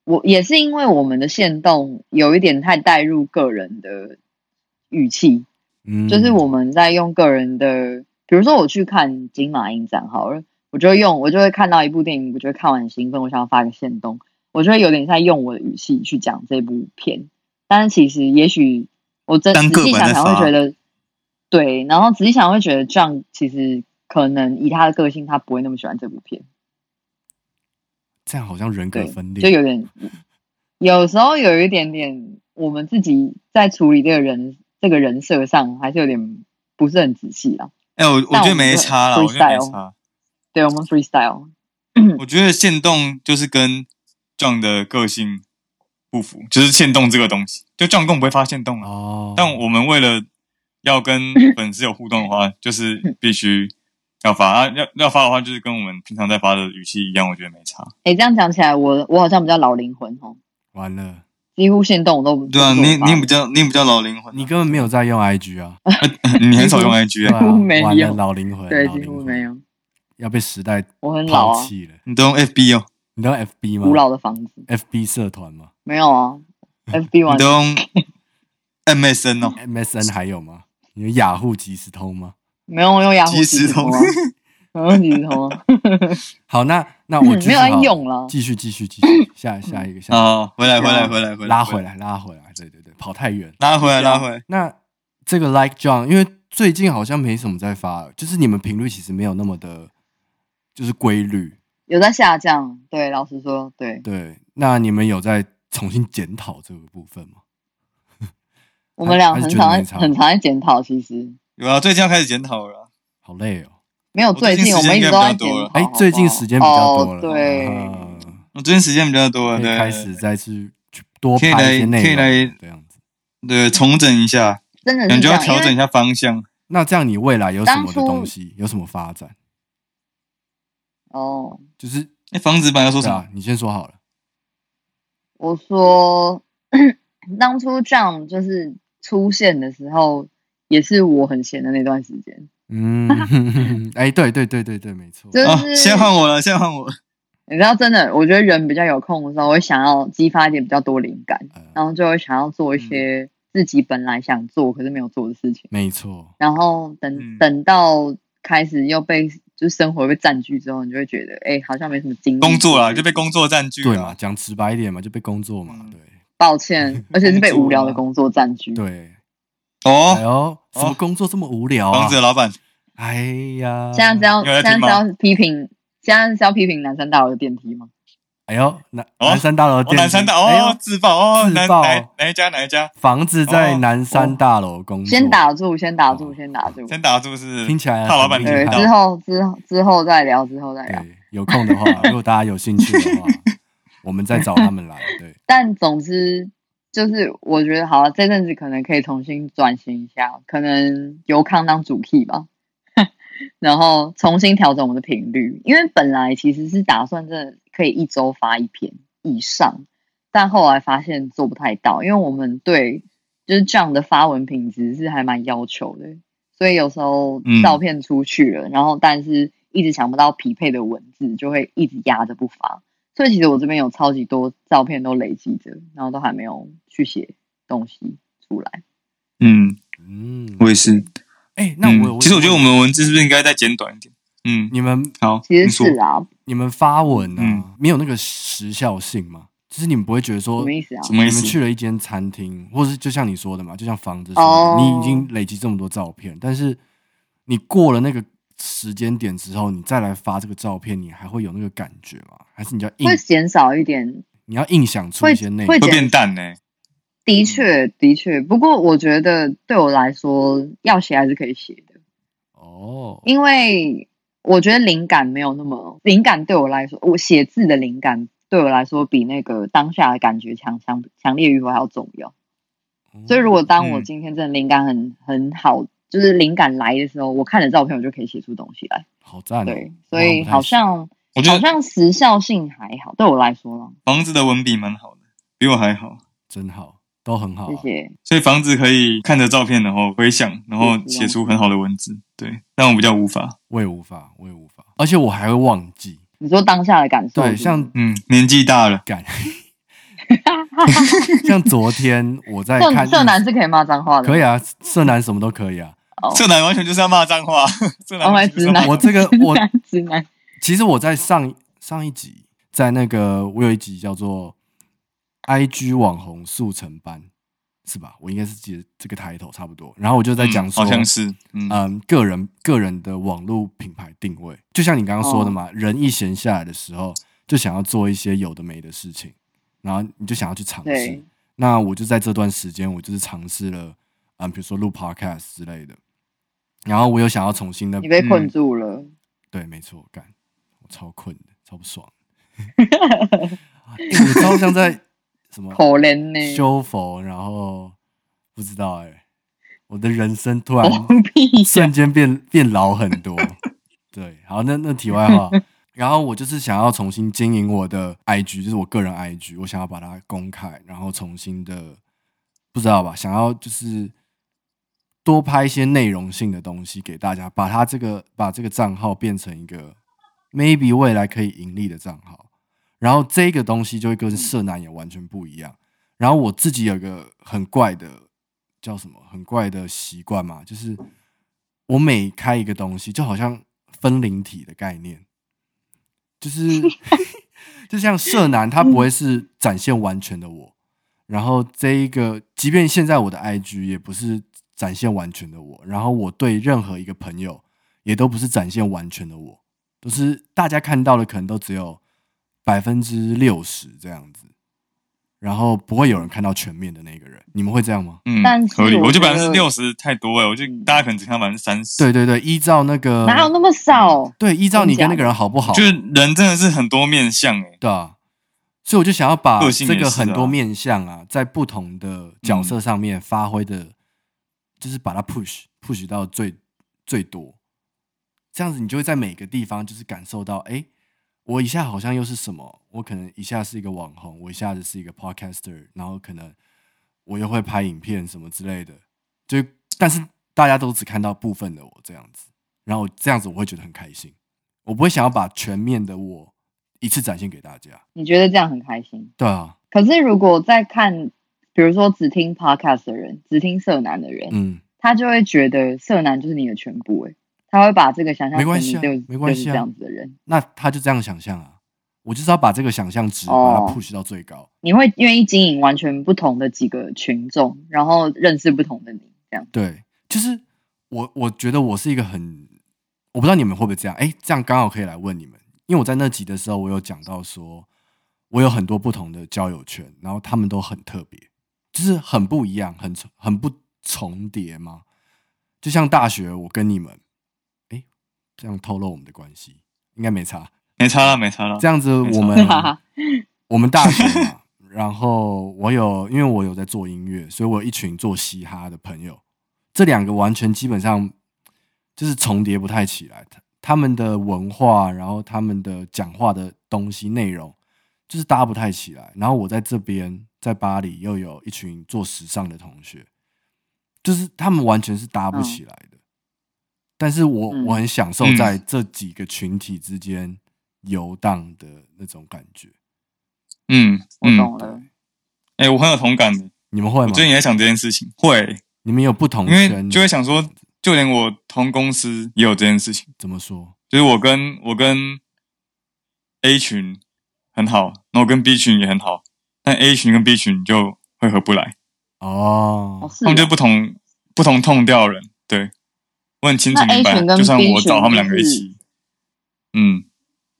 Speaker 3: 我也是因为我们的线动有一点太带入个人的语气，
Speaker 1: 嗯，
Speaker 3: 就是我们在用个人的，比如说我去看金马影展好了，我就会用我就会看到一部电影，我就会看完很兴奋，我想要发个线动，我就会有点在用我的语气去讲这部片，但是其实也许我真
Speaker 2: 单
Speaker 3: 仔
Speaker 2: 个
Speaker 3: 细
Speaker 2: 版
Speaker 3: 想
Speaker 2: 在
Speaker 3: 想会
Speaker 2: 发
Speaker 3: 觉得，对，然后仔细想会觉得这样其实可能以他的个性，他不会那么喜欢这部片。
Speaker 1: 这样好像人格
Speaker 3: 对
Speaker 1: 分，裂，
Speaker 3: 就有点，有时候有一点点，我们自己在处理这个人这个人设上，还是有点不是很仔细啊。
Speaker 2: 哎，我我觉得没差啦，
Speaker 3: 但我
Speaker 2: 我觉
Speaker 3: 们就
Speaker 2: 得没
Speaker 3: freestyle
Speaker 2: 差。
Speaker 3: 对我们 freestyle，
Speaker 2: 我觉得限动就是跟 John 的个性不符，就是限动这个东西，就 John 根本不会发限动啊。
Speaker 1: 哦，
Speaker 2: 但我们为了
Speaker 1: [laughs]
Speaker 2: 要跟粉丝有互动的话，就是
Speaker 1: 嗯
Speaker 2: 必须要发啊，要要发的话，就是跟我们平常在发的语气一样，我觉得没差。
Speaker 3: 哎、这样讲起来，我我好像比较老灵魂哦，
Speaker 1: 完了，
Speaker 3: 几乎限动我都
Speaker 2: 对啊，
Speaker 3: 都不
Speaker 2: 你
Speaker 3: 发
Speaker 2: 你比较你比较老灵魂，啊
Speaker 1: 你根本没有在用 IG 啊，
Speaker 2: [laughs] 你很少用
Speaker 1: 对
Speaker 2: IG，、
Speaker 1: 啊
Speaker 2: 欸、
Speaker 3: [laughs] 几乎没有
Speaker 1: 完了老灵魂，
Speaker 3: 对
Speaker 1: 老
Speaker 3: 几
Speaker 1: 灵
Speaker 3: 乎
Speaker 1: 魂
Speaker 3: 没，有，
Speaker 1: 要被时代
Speaker 3: 我很老
Speaker 1: 抛
Speaker 3: 啊，
Speaker 1: 弃了。
Speaker 2: 你都用 FB 哦，
Speaker 1: 你知道 FB
Speaker 3: 古
Speaker 1: 吗
Speaker 3: 老的房子
Speaker 1: ？FB 社团吗
Speaker 3: 没有啊，FB
Speaker 2: [laughs] 你
Speaker 3: 完
Speaker 1: [laughs]
Speaker 2: 都用 MSN 哦，
Speaker 1: ？MSN 还有吗？你有雅虎即时通吗？
Speaker 3: 没有我用雅虎
Speaker 2: 即
Speaker 3: 即
Speaker 2: 时
Speaker 3: 时
Speaker 2: 通
Speaker 3: 通啊，我用即时通啊， [laughs]
Speaker 1: 好，那那我
Speaker 3: 嗯没有在
Speaker 1: 人
Speaker 3: 用了嗯
Speaker 1: 继续继续继续，下下一个下一个
Speaker 2: 哦，回来回来回来回来，
Speaker 1: 啊拉回来啊拉回来，对对对，跑太远。
Speaker 2: 拉回来拉回来，
Speaker 1: 那这个 Like John，因为最近好像没什么在发，就是你们频率其实没有那么的，就是规律。
Speaker 3: 有在下降，对，老实说，对
Speaker 1: 对，那你们有在重新检讨这个部分吗？
Speaker 3: 我们俩
Speaker 1: 还是
Speaker 3: 很
Speaker 1: 觉得
Speaker 3: 常
Speaker 1: 没
Speaker 3: 在
Speaker 1: 差
Speaker 3: 很常在检讨，其实。
Speaker 2: 有啊，最近要开始检讨了，
Speaker 1: 好累哦，
Speaker 3: 没有
Speaker 2: 我最
Speaker 3: 最
Speaker 2: 近
Speaker 3: 近，
Speaker 2: 时
Speaker 3: 我
Speaker 2: 间
Speaker 3: 们一直
Speaker 2: 应
Speaker 3: 都在
Speaker 2: 该比较
Speaker 3: 检
Speaker 2: 多了
Speaker 3: 讨。
Speaker 1: 哎、
Speaker 3: 好不
Speaker 1: 最近
Speaker 3: 好
Speaker 1: 时间比较多了，
Speaker 3: 哦、对，
Speaker 1: 啊
Speaker 2: 我最近时间比较多
Speaker 1: 可
Speaker 2: 了，
Speaker 1: 以
Speaker 2: 对，
Speaker 1: 开始再去去多
Speaker 2: 可以
Speaker 1: 拍一些
Speaker 2: 来
Speaker 1: 内
Speaker 2: 可以来
Speaker 1: 容，这样子。
Speaker 2: 对，重整一下，
Speaker 3: 真的
Speaker 2: 感
Speaker 3: 是这
Speaker 2: 觉要
Speaker 3: 样。
Speaker 2: 调整一
Speaker 3: 因为
Speaker 2: 下方向。
Speaker 1: 那这样你未来有什么的
Speaker 3: 当初
Speaker 1: 东西，有什么发展？
Speaker 3: 哦，
Speaker 1: 就是
Speaker 2: 那哎房子版要说
Speaker 1: 对
Speaker 2: 什么？
Speaker 1: 啊，你先说好了。
Speaker 3: 我说 [clears throat] 当初这样就是出现的时候，也是我很闲的那段时间，
Speaker 1: 嗯， [laughs] 哎、对对对对对，嗯没错。
Speaker 3: 就
Speaker 2: 啊，
Speaker 3: 是、
Speaker 2: 先换我了，先换我。
Speaker 3: 你知道，真的，我觉得人比较有空的时候，会想要激发一点比较多灵感，
Speaker 1: 呃
Speaker 3: 然后就会想要做一
Speaker 2: 嗯
Speaker 3: 些自己本来想做可是没有做的事情。
Speaker 1: 没错，
Speaker 3: 然后等、
Speaker 2: 嗯
Speaker 3: 等到开始又被就生活被占据之后，你就会觉得哎、好像没什么精力
Speaker 2: 工作啦，
Speaker 3: 做
Speaker 2: 就被工作占据
Speaker 1: 对嘛，
Speaker 2: 了。
Speaker 1: 讲直白一点嘛，就被工作嘛，
Speaker 2: 啊嗯
Speaker 1: 对
Speaker 3: 抱歉，
Speaker 2: [laughs]
Speaker 3: 而且是被
Speaker 2: 工作
Speaker 3: 无聊的
Speaker 2: 啊
Speaker 3: 工作占据。
Speaker 1: 对。哎
Speaker 2: 哦，
Speaker 1: 呦，什么工作这么无聊啊
Speaker 2: 房子？的老板，
Speaker 1: 哎呀，
Speaker 3: 现在是要
Speaker 2: 嗯有在
Speaker 3: 现在
Speaker 2: 听
Speaker 3: 是
Speaker 2: 吗
Speaker 3: 要批评，现在是要批评南山大楼的电梯吗？
Speaker 1: 哎呦，南
Speaker 2: 哦
Speaker 1: 南山大楼的
Speaker 2: 哦，
Speaker 1: 电梯，
Speaker 2: 南山大
Speaker 1: 哎呦
Speaker 2: 哦，自哦爆哦，
Speaker 1: 自
Speaker 2: 南
Speaker 1: 爆
Speaker 2: 哪哪一家哪一家？
Speaker 1: 房子在南山大楼工作，
Speaker 3: 先打住，先打住，
Speaker 1: 哦
Speaker 3: 先打住。
Speaker 2: 先打住是
Speaker 1: 听起来
Speaker 2: 大老板
Speaker 1: 很
Speaker 2: 听
Speaker 1: 厉
Speaker 3: 对，
Speaker 1: 害
Speaker 2: 到
Speaker 3: 之后之后之后再聊，之后再聊。
Speaker 1: 对，有空
Speaker 3: [laughs]
Speaker 1: 的话，如果大家有兴趣的话，我们再找他们来。对，
Speaker 3: 但总之就是，我觉得好了，这阵子可能可以重新转型一下，可能由康当主 key 吧，然后重新调整我们的频率，因为本来其实是打算真的可以一周发一篇以上，但后来发现做不太到，因为我们对就是这样的发文品质是还蛮要求的，所以有时候
Speaker 2: 嗯
Speaker 3: 照片出去了，然后但是一直想不到匹配的文字，就会一直压着不发。所以其实我这边有超级多照片都累积着，然后都还没有去写东西出来。
Speaker 2: 嗯，
Speaker 1: 嗯，
Speaker 2: 我也是。
Speaker 1: 哎、那
Speaker 2: 嗯
Speaker 1: 我、有
Speaker 2: 其实我觉得我们的文字是不是应该再简短一点？嗯，
Speaker 1: 你们
Speaker 2: 好，
Speaker 3: 其实
Speaker 2: 你说
Speaker 3: 是啊，
Speaker 1: 你们发文啊，
Speaker 2: 嗯
Speaker 1: 没有那个时效性嘛，就是你们不会觉得
Speaker 3: 什
Speaker 1: 说
Speaker 3: 么意思啊？
Speaker 2: 什么意
Speaker 1: 你们
Speaker 2: 思？
Speaker 1: 去了一间餐厅，或是就像你说的嘛，就像房子说的
Speaker 3: 哦
Speaker 1: 你已经累积这么多照片，但是你过了那个时间点之后，你再来发这个照片，你还会有那个感觉吗？还是你要硬
Speaker 3: 会减少一点，
Speaker 1: 你要硬想出
Speaker 3: 会
Speaker 1: 一些内容
Speaker 3: 会？
Speaker 2: 会变淡呢、
Speaker 3: 的确的确。不过我觉得对我来说，要写还是可以写的。
Speaker 1: 哦，
Speaker 3: 因为我觉得灵感没有那么灵感对我来说，我写字的灵感对我来说比那个当下的感觉强强强烈与否还要重要。所以如果当我
Speaker 2: 嗯
Speaker 3: 今天真的灵感很很好，就是灵感来的时候，我看了照片我就可以写出东西来。
Speaker 1: 好赞、哦，
Speaker 3: 对，
Speaker 1: 我
Speaker 3: 所以
Speaker 1: 不太
Speaker 3: 好
Speaker 1: 行
Speaker 3: 像
Speaker 2: 我觉
Speaker 3: 好
Speaker 2: 得
Speaker 3: 像时效性还好，对我来说啦。
Speaker 2: 房子的文笔蛮好的，比我还好。
Speaker 1: 真好，都很好啊、
Speaker 3: 谢谢。
Speaker 2: 所以房子可以看着照片，然后回想，然后
Speaker 3: 嗯
Speaker 2: 写出很好的文字。对，但我比较无法。
Speaker 1: 我也无法，我也无法，而且我还会忘记。
Speaker 3: 你说当下的感受是
Speaker 1: 对，
Speaker 3: 不是，
Speaker 1: 像
Speaker 2: 嗯，年纪大了，
Speaker 1: 感，像昨天我在
Speaker 3: 色
Speaker 1: 看
Speaker 3: 色男是可以骂脏话的，
Speaker 1: 可
Speaker 3: 以。
Speaker 1: 以啊，色男什么都可以啊。
Speaker 3: 哦
Speaker 2: 色男完全就是要骂脏话， [laughs] 色男完全就是要骂
Speaker 1: 我这个我
Speaker 3: [laughs] 直哦男直男，
Speaker 1: 其实我在上上一集，在那个我有一集叫做 “IG 网红速成班”，是吧？我应该是记得这个抬头差不多。然后我就在讲
Speaker 2: 嗯
Speaker 1: 说，
Speaker 2: 好像是，嗯，
Speaker 1: 嗯，个人个人的网络品牌定位，就像你刚刚说的嘛，
Speaker 3: 哦
Speaker 1: 人一闲下来的时候，就想要做一些有的没的事情，然后你就想要去尝试
Speaker 3: 对。
Speaker 1: 那我就在这段时间，我就是尝试了，嗯，比如说录 podcast 之类的，然后我有想要重新的，
Speaker 3: 你被困
Speaker 2: 嗯
Speaker 3: 住了。
Speaker 1: 对，没错，干，我超困的，超不爽。 [laughs] 欸、我超像
Speaker 3: [laughs]
Speaker 1: 在什么
Speaker 3: 可怜呢、
Speaker 1: 修佛，然后不知道哎、我的人生突然
Speaker 3: 狗 [laughs] [laughs] 屁
Speaker 1: 瞬间变变老很多。对，好，那那题外话，然后我就是想要重新经营我的 IG，就是我个人 IG，我想要把它公开，然后重新的，不知道吧，想要就是多拍一些内容性的东西给大家，把它这个把这个账号变成一个 maybe 未来可以盈利的账号，然后这个东西就会跟社男也完全不一样。然后我自己有一个很怪的叫什么很怪的习惯嘛，就是我每开一个东西，就好像分灵体的概念，就是 [laughs] 就像社男，他不会是展现完全的我。然后这一个，即便现在我的 IG 也不是展现完全的我，然后我对任何一个朋友也都不是展现完全的我，都是大家看到的可能都只有百分之六十这样子，然后不会有人看到全面的那个人。你们会这样吗？
Speaker 2: 嗯
Speaker 3: 但是
Speaker 2: 合理。
Speaker 3: 我
Speaker 2: 我觉得
Speaker 3: 觉
Speaker 2: 百分
Speaker 3: 得
Speaker 2: 之六十太多欸了，我觉得大家可能只看百分之三十。
Speaker 1: 对对对，依照那个
Speaker 3: 哪有那么少？
Speaker 1: 对，依照你跟
Speaker 3: 真假
Speaker 1: 那个人好不好，
Speaker 2: 哦就是人真的是很多面相欸诶、
Speaker 1: 对啊，所以我就想要把
Speaker 2: 个性
Speaker 1: 这
Speaker 2: 也
Speaker 1: 个
Speaker 2: 是
Speaker 1: 很多
Speaker 2: 啊
Speaker 1: 面相啊，在不同的角色上面发挥的，就是把它 push push 到最最多，这样子你就会在每个地方就是感受到，哎、我一下好像又是什么，我可能一下是一个网红，我一下子是一个 podcaster，然后可能我又会拍影片什么之类的，就但是大家都只看到部分的我这样子，然后这样子我会觉得很开心，我不会想要把全面的我一次展现给大家。
Speaker 3: 你觉得这样很开心？
Speaker 1: 对啊，
Speaker 3: 可是如果在看，比如说只听 podcast 的人，只听色男的人，
Speaker 1: 嗯，
Speaker 3: 他就会觉得色男就是你的全部、欸，他会把这个想象
Speaker 1: 没
Speaker 3: 成
Speaker 1: 关
Speaker 3: 你
Speaker 1: 系啊
Speaker 3: 就
Speaker 1: 没关
Speaker 3: 就是
Speaker 1: 系啊
Speaker 3: 这样子的人，
Speaker 1: 那他就这样想象啊，我就是要把这个想象值把
Speaker 3: 哦
Speaker 1: 它 push 到最高。
Speaker 3: 你会愿意经营完全不同的几个群众，然后认识不同的你，这样
Speaker 1: 对，就是我我觉得我是一个很，我不知道你们会不会这样，哎，这样刚好可以来问你们，因为我在那集的时候，我有讲到说，我有很多不同的交友圈，然后他们都很特别，就是很不一样，很重很不重叠嘛。就像大学，我跟你们，哎，这样透露我们的关系应该没差。
Speaker 2: 没差了，没差了
Speaker 1: 这。样子
Speaker 2: 没错
Speaker 1: 我们 [laughs] 我们大学嘛，然后我有因为我有在做音乐，所以我有一群做嘻哈的朋友，这两个完全基本上就是重叠不太起来，他他们的文化，然后他们的讲话的东西内容就是搭不太起来。然后我在这边在巴黎又有一群做时尚的同学，就是他们完全是搭不起来的。但是我、
Speaker 3: 嗯
Speaker 1: 我很享受
Speaker 2: 嗯
Speaker 1: 在这几个群体之间游荡的那种感觉。
Speaker 2: 嗯
Speaker 3: 我
Speaker 2: 嗯，
Speaker 3: 懂了，
Speaker 2: 哎、我很有同感的。
Speaker 1: 你们会
Speaker 2: 我
Speaker 1: 吗
Speaker 2: 最？近也在想这件事情，会，
Speaker 1: 你们有不同
Speaker 2: 因为
Speaker 1: 圈，
Speaker 2: 就会想说，就连我同公司也有这件事情，
Speaker 1: 怎么说？
Speaker 2: 就是我跟我跟 A 群很好，那我跟 B 群也很好，但 A 群跟 B 群就会合不来，
Speaker 1: 哦
Speaker 3: 哦，是
Speaker 2: 他们就
Speaker 3: 哦
Speaker 2: 不同不同痛调人。对，我很清楚
Speaker 3: 那 A
Speaker 2: 明白，啊
Speaker 3: 群跟
Speaker 2: 就算
Speaker 3: B
Speaker 2: 我
Speaker 3: 群
Speaker 2: 找他们
Speaker 3: 就
Speaker 2: 两个一
Speaker 3: 是
Speaker 2: 起，嗯，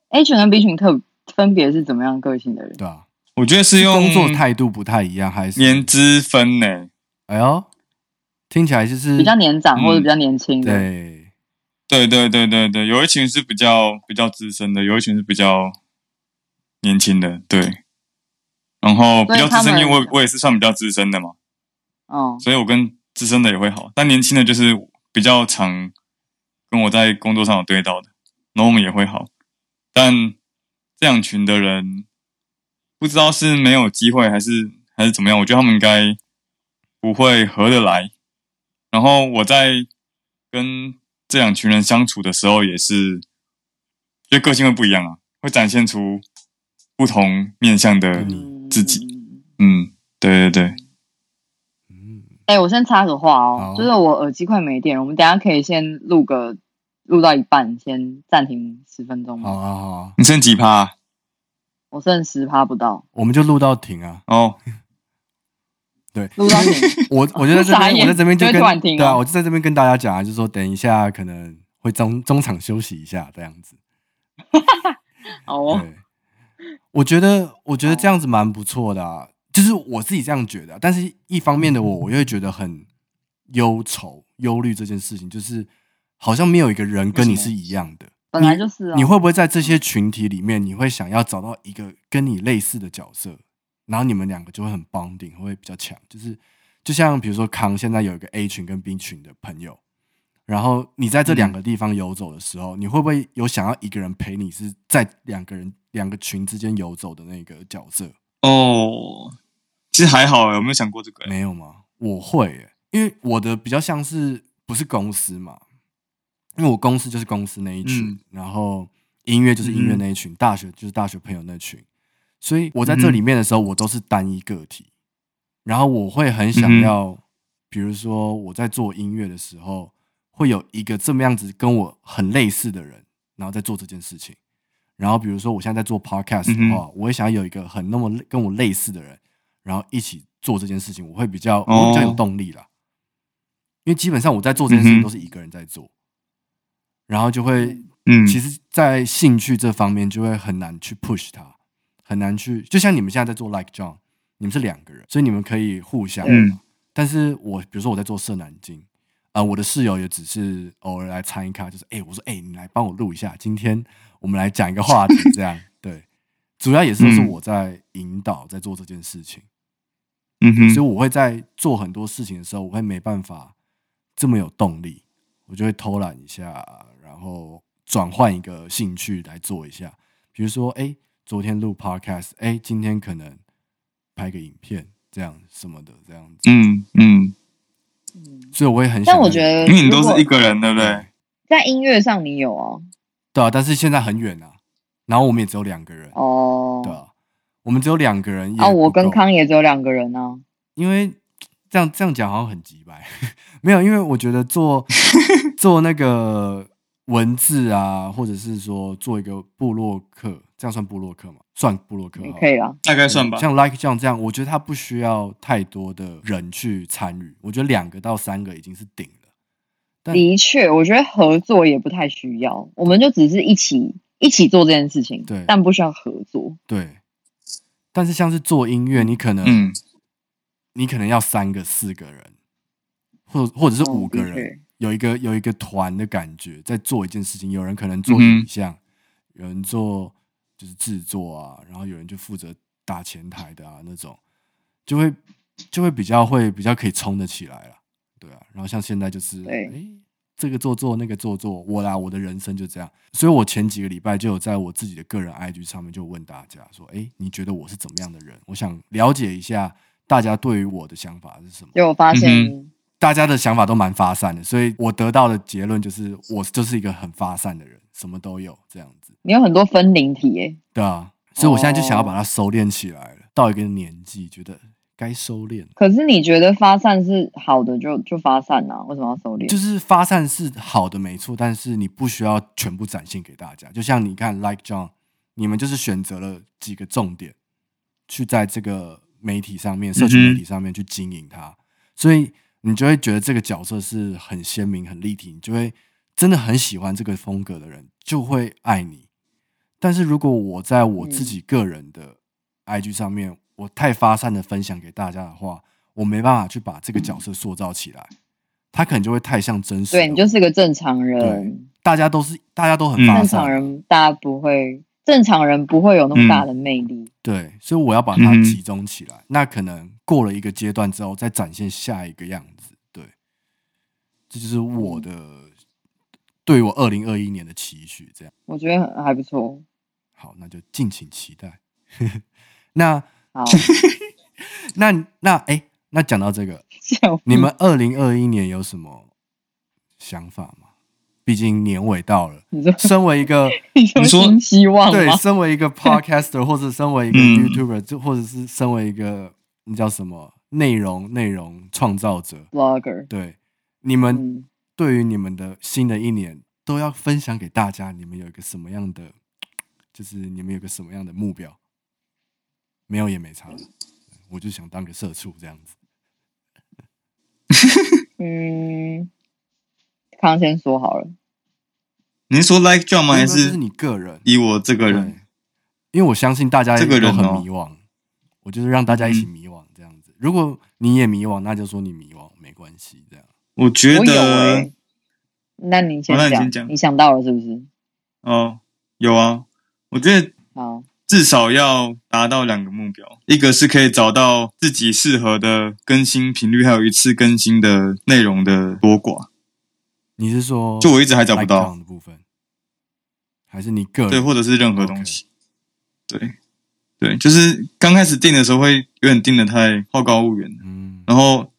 Speaker 3: A 群跟 B 群特分别是怎么样个性的人？
Speaker 1: 对啊，
Speaker 2: 我觉得是用
Speaker 1: 工作态度不太一样，还是
Speaker 2: 年资分呢、
Speaker 1: 哎呦，听起来就是
Speaker 3: 比较年长
Speaker 2: 嗯
Speaker 3: 或者比较年轻的，
Speaker 1: 对，
Speaker 2: 对对对对对，有一群是比较比较资深的，有一群是比较年轻的，对。然后比
Speaker 3: 所以
Speaker 2: 较资
Speaker 3: 他
Speaker 2: 深，
Speaker 3: 们
Speaker 2: 因为我我也是算比较资深的嘛，
Speaker 3: 嗯，
Speaker 2: 所以我跟资深的也会好，但年轻的就是比较常跟我在工作上有对到的，然后我们也会好。但这两群的人，不知道是没有机会，还是还是怎么样，我觉得他们应该不会合得来。然后我在跟这两群人相处的时候，也是，就个性会不一样啊，会展现出不同面向的
Speaker 1: 嗯
Speaker 3: 嗯
Speaker 2: 自己。嗯，对对对，
Speaker 1: 嗯，
Speaker 3: 哎、我先插个话
Speaker 1: 好
Speaker 3: 哦，就是我耳机快没电了，我们等一下可以先录个录到一半，先暂停十分钟
Speaker 1: 好
Speaker 3: 吗？
Speaker 1: 啊好啊，
Speaker 2: 你剩几趴、啊？
Speaker 3: 我剩十趴不到，
Speaker 1: 我们就录到停啊。
Speaker 2: 哦，
Speaker 3: 录到你
Speaker 1: 我我就在这
Speaker 3: 傻
Speaker 1: 边，
Speaker 3: 眼
Speaker 1: 我在这边就
Speaker 3: 就会
Speaker 1: 跟
Speaker 3: 突然停哦
Speaker 1: 对啊，我就在这边跟大家讲啊，就说等一下可能会中中场休息一下这样子。
Speaker 3: [laughs] 好哦。
Speaker 1: 对，我觉得我觉得
Speaker 3: 好
Speaker 1: 这样子蛮不错的、啊，就是我自己这样觉得啊、但是一方面的
Speaker 2: 嗯
Speaker 1: 我，我又会觉得很忧愁、忧虑这件事情，就是好像没有一个人跟你
Speaker 2: 为什么
Speaker 1: 是一样的。
Speaker 3: 本来就是啊，
Speaker 1: 你会不会在这些群体里面，你会想要找到一个跟你类似的角色，然后你们两个就会很 bonding，会比较强。就是就像比如说康现在有一个 A 群跟 B 群的朋友，然后你在这
Speaker 3: 嗯
Speaker 1: 两个地方游走的时候，你会不会有想要一个人陪你是在两个人两个群之间游走的那个角色？
Speaker 2: 哦，其实还好欸，有没有想过这个欸？
Speaker 1: 没有吗？我会耶、因为我的比较像是不是公司嘛，因为我公司就是公司那一群，
Speaker 2: 嗯
Speaker 1: 然后音乐就是音乐
Speaker 2: 嗯
Speaker 1: 那一群，大学就是大学朋友那群，所以我在这里面的时候，我都是单一个体，然后我会很想
Speaker 2: 嗯哼
Speaker 1: 要，比如说我在做音乐的时候，会有一个这么样子跟我很类似的人，然后在做这件事情。然后比如说我现在在做 podcast
Speaker 2: 嗯
Speaker 1: 的话，我也想要有一个很那么类跟我类似的人，然后一起做这件事情，我会比较我会比较有
Speaker 2: 哦
Speaker 1: 动力啦。因为基本上我在做这件事
Speaker 2: 嗯
Speaker 1: 情
Speaker 2: 哼
Speaker 1: 都是一个人在做，然后就会
Speaker 2: 嗯，
Speaker 1: 其实，在兴趣这方面就会很难去 push 它，很难去，就像你们现在在做 Like John，你们是两个人，所以你们可以互相。
Speaker 2: 嗯
Speaker 1: 但是我比如说我在做社南京，啊、我的室友也只是偶尔来参一咖，就是哎、诶我说哎、诶你来帮我录一下，今天我们来讲一个话题，这样对，主要也是都是
Speaker 2: 嗯
Speaker 1: 我在引导在做这件事情。
Speaker 2: 嗯
Speaker 1: 所
Speaker 2: 哼，
Speaker 1: 以我会在做很多事情的时候，我会没办法这么有动力，我就会偷懒一下，然后转换一个兴趣来做一下。比如说，哎，昨天录 podcast，哎，今天可能拍个影片，这样什么的，这样子。，
Speaker 2: 嗯嗯，
Speaker 3: 嗯
Speaker 1: 所以我也很想
Speaker 3: 但
Speaker 1: 要。
Speaker 3: 我觉得，
Speaker 2: 因为你都是一个人，对不对？
Speaker 3: 在音乐上你有啊，
Speaker 1: 对啊，但是现在很远啊，然后我们也只有两个人，对
Speaker 3: 哦，
Speaker 1: 啊，我们只有两个人也
Speaker 3: 啊，我
Speaker 1: 不够哦
Speaker 3: 跟康也只有两个人啊，
Speaker 1: 因为这样这样讲好像很急白， [laughs] 没有，因为我觉得做做那个文字啊，或者是说做一个部落客，这样算部落客吗？算部落客
Speaker 3: 也
Speaker 1: 好了，嗯
Speaker 3: 可以啊啦，
Speaker 2: 大概算吧。
Speaker 1: 像 Like 这样这样，我觉得它不需要太多的人去参与，我觉得两个到三个已经是顶了。但
Speaker 3: 的确，我觉得合作也不太需要，我们就只是一起一起做这件事情，
Speaker 1: 对
Speaker 3: 但不需要合作，
Speaker 1: 对，但是像是做音乐，你可能、
Speaker 2: 嗯
Speaker 1: 你可能要三个、四个人，或或者
Speaker 2: 哦
Speaker 1: 是五
Speaker 3: 嗯
Speaker 1: 个
Speaker 3: 的确
Speaker 1: 人，有一个有一个团的感觉，在做一件事情。有人可能做
Speaker 2: 嗯哼
Speaker 1: 影像，有人做就是制作啊，然后有人就负责打前台的啊那种，就会就会比较会比较可以冲得起来了，对啊。然后像现在就是，
Speaker 3: 对
Speaker 1: 诶这个做做那个做做，我啦，我的人生就这样。所以我前几个礼拜就有在我自己的个人 IG 上面就问大家说，诶，你觉得我是怎么样的人？我想了解一下大家对于我的想法是什么。
Speaker 3: 结果发现
Speaker 1: 大家的想法都蛮发散的，所以我得到的结论就是，我就是一个很发散的人，什么都有这样子，
Speaker 3: 你有很多分灵体耶、
Speaker 1: 对啊，所以我现在就想要把它收敛起来了。到一个年纪，觉得该收敛了，
Speaker 3: 可是你觉得发散是好的就，就发散啊？为什么要收敛？
Speaker 1: 就是发散是好的，没错，但是你不需要全部展现给大家。就像你看，Like John，你们就是选择了几个重点，去在这个媒体上面、社群媒体上面去经营它，所以你就会觉得这个角色是很鲜明、很立体，你就会真的很喜欢这个风格的人，就会爱你。但是如果我在我自己个人的 IG 上面，我太发散的分享给大家的话，我没办法去把这个角色塑造起来，他可能就会太像真实的我。
Speaker 3: 对你就是个正常
Speaker 1: 对
Speaker 3: 人，
Speaker 1: 大家都是大家都很发散，
Speaker 2: 嗯
Speaker 3: 正常人大家不会，正常人不会有那么大的魅力。
Speaker 1: 对，所以我要把它
Speaker 2: 嗯
Speaker 1: 集中起来。那可能过了一个阶段之后，再展现下一个样子。对，这就是
Speaker 3: 嗯
Speaker 1: 我的、对我二零二一年的期许。这样
Speaker 3: 我觉得很还不错。
Speaker 1: 好，那就敬请期待。 [laughs] 那 [laughs]
Speaker 3: 好，
Speaker 1: 那那哎、那讲到这个，
Speaker 3: 笑
Speaker 1: 你们二零二一年有什么想法吗？毕竟年尾到了，
Speaker 3: 你说
Speaker 1: 身为一个
Speaker 3: 你说
Speaker 2: 你说
Speaker 3: 新希望
Speaker 1: 对，
Speaker 3: 吗？
Speaker 1: 身为一个 podcaster 或者身为一个
Speaker 2: 嗯
Speaker 1: YouTuber，就或者是身为一个那叫什么内容内容创造者，
Speaker 3: vlogger，
Speaker 1: 对你们
Speaker 3: 嗯，
Speaker 1: 对于你们的新的一年都要分享给大家，你们有一个什么样的，就是你们有个什么样的目标？没有也没差，我就想当个社畜这样子。
Speaker 3: 嗯，康先说好了，
Speaker 2: 你是说 like John 吗？还
Speaker 1: 因为这
Speaker 2: 是
Speaker 1: 是你个人？
Speaker 2: 以我这个
Speaker 1: 对
Speaker 2: 人？，
Speaker 1: 因为我相信大家
Speaker 2: 这个
Speaker 1: 都
Speaker 2: 人
Speaker 1: 很
Speaker 2: 哦嗯
Speaker 1: 迷惘，我就是让大家一起迷惘这样子。如果你也迷惘，那就说你迷惘没关系，这样。
Speaker 2: 我觉
Speaker 3: 我有
Speaker 2: 得
Speaker 3: 欸那你先
Speaker 2: 好那你
Speaker 3: 讲，
Speaker 2: 先讲
Speaker 3: 你想到了是不是？
Speaker 2: 哦，有啊，我觉得
Speaker 3: 好，
Speaker 2: 至少要达到两个目标，一个是可以找到自己适合的更新频率，还有一次更新的内容的多寡。
Speaker 1: 你是说
Speaker 2: 就我一直还找不到
Speaker 1: background 的部分，还是你个人？
Speaker 2: 对，或者是任何东西。对，对，就是刚开始定的时候会有点定的太好高骛远，
Speaker 1: 嗯
Speaker 2: 然后